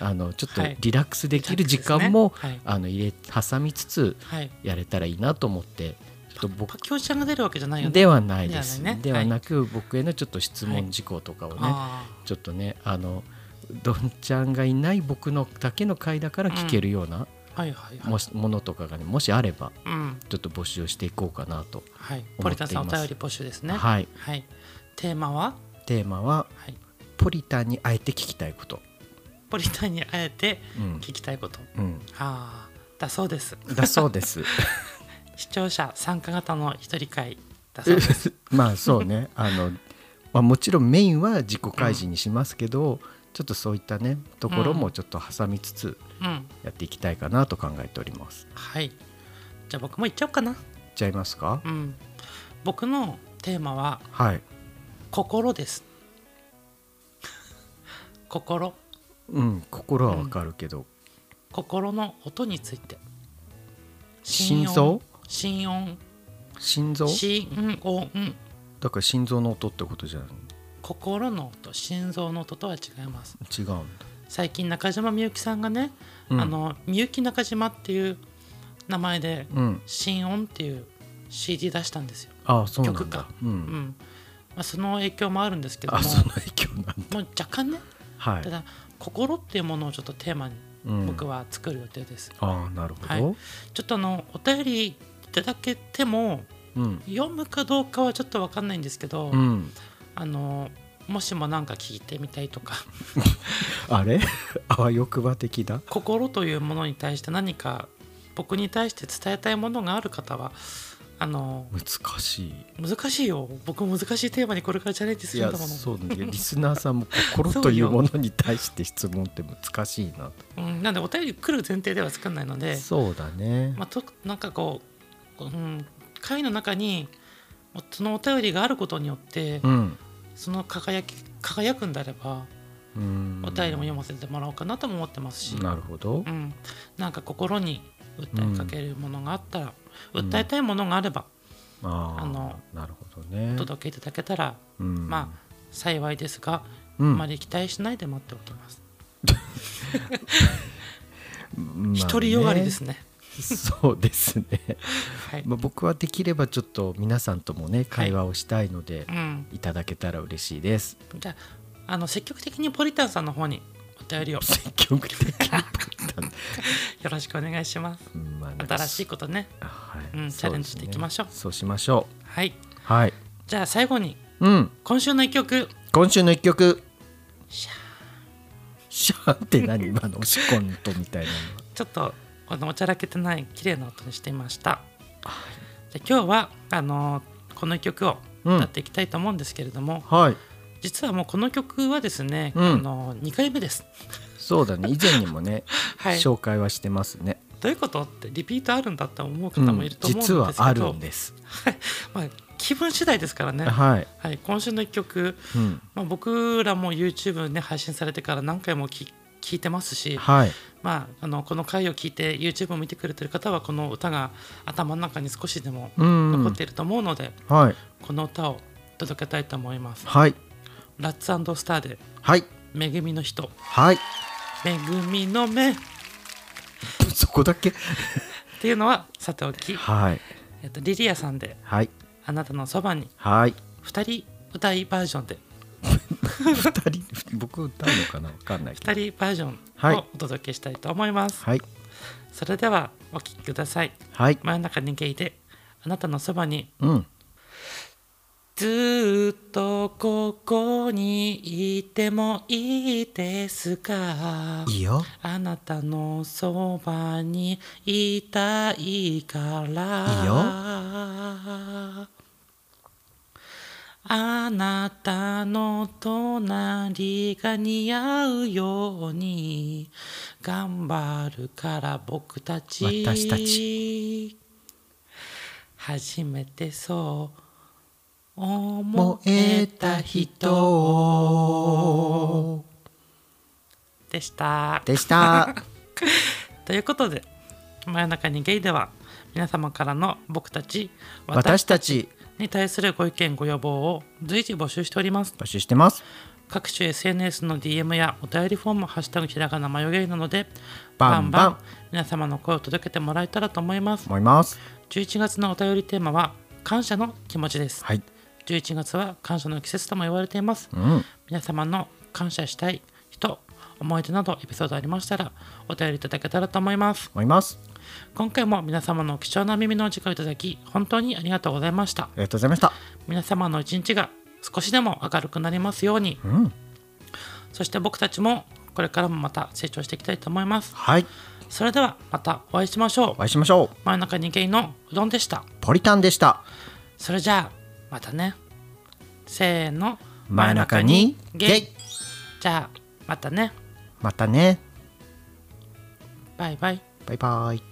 Speaker 2: ああのちょっと
Speaker 1: はい
Speaker 2: リラックスできる時間も、
Speaker 1: リラックスね
Speaker 2: あの入れ挟みつつ
Speaker 1: はい
Speaker 2: やれたらいいなと思ってちょっと僕
Speaker 1: パキオちゃんが出るわけじゃないよね
Speaker 2: ではないです
Speaker 1: ではないね
Speaker 2: ではなく、僕へのちょっと質問事項とかをね、
Speaker 1: あ
Speaker 2: ちょっとねあのどんちゃんがいない僕のだけの回だから聞けるような、
Speaker 1: ーはいはいはい
Speaker 2: もしものとかがねもしあれば
Speaker 1: うん
Speaker 2: ちょっと募集をしていこうかなと、
Speaker 1: はい
Speaker 2: ます
Speaker 1: ポリタンさんお便り募集ですねい、
Speaker 2: はい
Speaker 1: はい、テーマは、
Speaker 2: テーマは
Speaker 1: はい、
Speaker 2: 「ポリタンにあえて聞きたいこと
Speaker 1: ポリタンに会えて」
Speaker 2: うん
Speaker 1: 聞きたいこと、
Speaker 2: うん、
Speaker 1: ああだそうです
Speaker 2: だそうです。
Speaker 1: 視聴者参加型の一人会だそうです
Speaker 2: まあそうねあの、まあ、もちろんメインは自己開示にしますけど、ちょっとそういったねところもちょっと挟みつつ
Speaker 1: うん
Speaker 2: やっていきたいかなと考えております。
Speaker 1: はいじゃあ僕も行っちゃおうかない
Speaker 2: っちゃいますか、
Speaker 1: うん僕のテーマは
Speaker 2: はい、
Speaker 1: 心です心
Speaker 2: うん、心はわかるけど、
Speaker 1: 心の音について
Speaker 2: 心臓
Speaker 1: 心音
Speaker 2: 心臓
Speaker 1: 心音
Speaker 2: だから心臓の音ってことじゃない
Speaker 1: 心の音心臓の音とは違います
Speaker 2: 違うんだ
Speaker 1: 最近中島みゆきさんがね、
Speaker 2: うん
Speaker 1: あのみゆき中島っていう名前で
Speaker 2: うん
Speaker 1: 「心音」っていう CD 出したんですよ、
Speaker 2: ああそうなん
Speaker 1: 曲
Speaker 2: だ
Speaker 1: か、
Speaker 2: う
Speaker 1: うん
Speaker 2: ん
Speaker 1: まあ、その影響もあるんですけども
Speaker 2: あその影響なんだ
Speaker 1: もう若干ね
Speaker 2: はい
Speaker 1: ただ心っていうものをちょっとテーマに
Speaker 2: うん
Speaker 1: 僕は作る予定です、
Speaker 2: ああなるほど、
Speaker 1: はいちょっとあのお便りいただけても
Speaker 2: うん
Speaker 1: 読むかどうかはちょっと分かんないんですけど、
Speaker 2: うん
Speaker 1: あのもしも何か聞いてみたいとか
Speaker 2: あれあわよくば的だ
Speaker 1: 心というものに対して何か僕に対して伝えたいものがある方はあの
Speaker 2: 難しい
Speaker 1: 難しいよ僕難しいテーマにこれからチャレンジす
Speaker 2: い
Speaker 1: るん
Speaker 2: や
Speaker 1: だもの
Speaker 2: そうねリスナーさんも心というものに対して質問って難しいな
Speaker 1: うん、なんでお便り来る前提では作んないので、
Speaker 2: そうだね、
Speaker 1: まあ、となんかこう、うん、会の中にそのお便りがあることによって、
Speaker 2: うん、
Speaker 1: その輝き輝くんであれば
Speaker 2: うん
Speaker 1: お便りも読ませてもらおうかなとも思ってますし、
Speaker 2: なるほど
Speaker 1: う、ん、なんか心に訴えかけるものがあったら、訴えたいものがあれば
Speaker 2: ああ
Speaker 1: あの
Speaker 2: なるほどね
Speaker 1: お、届けいただけたら、
Speaker 2: うん、
Speaker 1: まあ幸いですが、
Speaker 2: うん
Speaker 1: あまり期待しないで待っておきます。
Speaker 2: まあね
Speaker 1: 独りよがりですね。
Speaker 2: そうですね、
Speaker 1: はい。
Speaker 2: まあ、僕はできればちょっと皆さんともね会話をしたいので、
Speaker 1: うん。
Speaker 2: い、ただけたら嬉しいです
Speaker 1: じゃああの積極的にポリタンさんの方にお便りを
Speaker 2: 積極的に パッと
Speaker 1: よろしくお願いします。
Speaker 2: うんまあなんか
Speaker 1: 新しいことね。
Speaker 2: はい
Speaker 1: うん
Speaker 2: そう
Speaker 1: チャレン
Speaker 2: で
Speaker 1: ジ
Speaker 2: す
Speaker 1: して
Speaker 2: ね
Speaker 1: いきましょう
Speaker 2: そうしましょ
Speaker 1: はい。
Speaker 2: うはい
Speaker 1: じゃあ最後に
Speaker 2: うん
Speaker 1: 今週の一曲。
Speaker 2: 今週の一曲
Speaker 1: シャー
Speaker 2: シャーって何 今のおしコントみたいなのは
Speaker 1: ちょっとあのおちゃらけてない綺麗な音にしてみました。で今日はあのこの曲を歌っていきたいと思うんですけれども、
Speaker 2: はい
Speaker 1: 実はもうこの曲はですね、
Speaker 2: うん
Speaker 1: あの2回目です。
Speaker 2: そうだね以前にもね、
Speaker 1: はい。
Speaker 2: 紹介はしてますね、
Speaker 1: どういうことってリピートあるんだって思う
Speaker 2: う
Speaker 1: 方もい
Speaker 2: ん
Speaker 1: る、と思うんです
Speaker 2: 実
Speaker 1: けど、
Speaker 2: はあるんです
Speaker 1: まあ気分次第ですからね。
Speaker 2: はい、
Speaker 1: はい、今週の一曲、
Speaker 2: うん、
Speaker 1: まあ、僕らも YouTube ね配信されてから何回もき聞いてますし、
Speaker 2: はい
Speaker 1: まあ、あのこの回を聞いて YouTube を見てくれてる方はこの歌が頭の中に少しでも
Speaker 2: うん
Speaker 1: 残っていると思うので、
Speaker 2: はい
Speaker 1: この歌を届けたいと思います。
Speaker 2: はい
Speaker 1: ラッツスターで
Speaker 2: はい
Speaker 1: 「めぐみの人」
Speaker 2: はい
Speaker 1: 「めぐみの目」っ
Speaker 2: そこだけ
Speaker 1: ていうのはさておき、
Speaker 2: はい
Speaker 1: えっと、リリアさんで
Speaker 2: はい
Speaker 1: 「あなたのそばに
Speaker 2: はい
Speaker 1: 2人歌いバージョンで
Speaker 2: 二人僕歌うのかなわかんないけど
Speaker 1: 2人バージョン
Speaker 2: はい
Speaker 1: をお届けしたいと思います。
Speaker 2: はい
Speaker 1: それではお聴きください。
Speaker 2: はい
Speaker 1: 真夜中にゲイであなたのそばに
Speaker 2: うん
Speaker 1: ずーっとここにいてもいいですか
Speaker 2: いいよ
Speaker 1: あなたのそばにいたいから
Speaker 2: いい
Speaker 1: あなたの隣が似合うように頑張るから僕たち
Speaker 2: 私た
Speaker 1: ち初めてそう思
Speaker 2: 燃
Speaker 1: え
Speaker 2: え
Speaker 1: た
Speaker 2: た
Speaker 1: 人
Speaker 2: 人
Speaker 1: でした。
Speaker 2: でした
Speaker 1: ということで「真夜中にゲイ」では皆様からの僕たち
Speaker 2: 私たち
Speaker 1: に対するご意見ご要望を随時募集しております
Speaker 2: 募集してます
Speaker 1: 各種 SNS の DM やお便りフォーム「ハッシュタグひらがなマヨゲイ」なので
Speaker 2: バンバン
Speaker 1: 皆様の声を届けてもらえたらと思います
Speaker 2: 思います
Speaker 1: 11月のお便りテーマは「感謝の気持ち」です
Speaker 2: はい
Speaker 1: 11月は感謝の季節とも言われています
Speaker 2: うん
Speaker 1: 皆様の感謝したい人思い出などエピソードありましたらお便りいただけたらと思います
Speaker 2: 思います
Speaker 1: 今回も皆様の貴重な耳のお時間をいただき本当にありがとうございました
Speaker 2: ありがとうございました
Speaker 1: 皆様の一日が少しでも明るくなりますように
Speaker 2: うん
Speaker 1: そして僕たちもこれからもまた成長していきたいと思います
Speaker 2: はい
Speaker 1: それではまたお会いしましょ
Speaker 2: お
Speaker 1: う
Speaker 2: 会いしましょう
Speaker 1: 真夜中にゲイのうどんでした
Speaker 2: ポリタンでした
Speaker 1: それじゃあまたねせーの
Speaker 2: 真夜中に
Speaker 1: 真夜中
Speaker 2: ゲ
Speaker 1: に
Speaker 2: イ
Speaker 1: じゃあまたね
Speaker 2: またね
Speaker 1: バイバイ
Speaker 2: バイバイ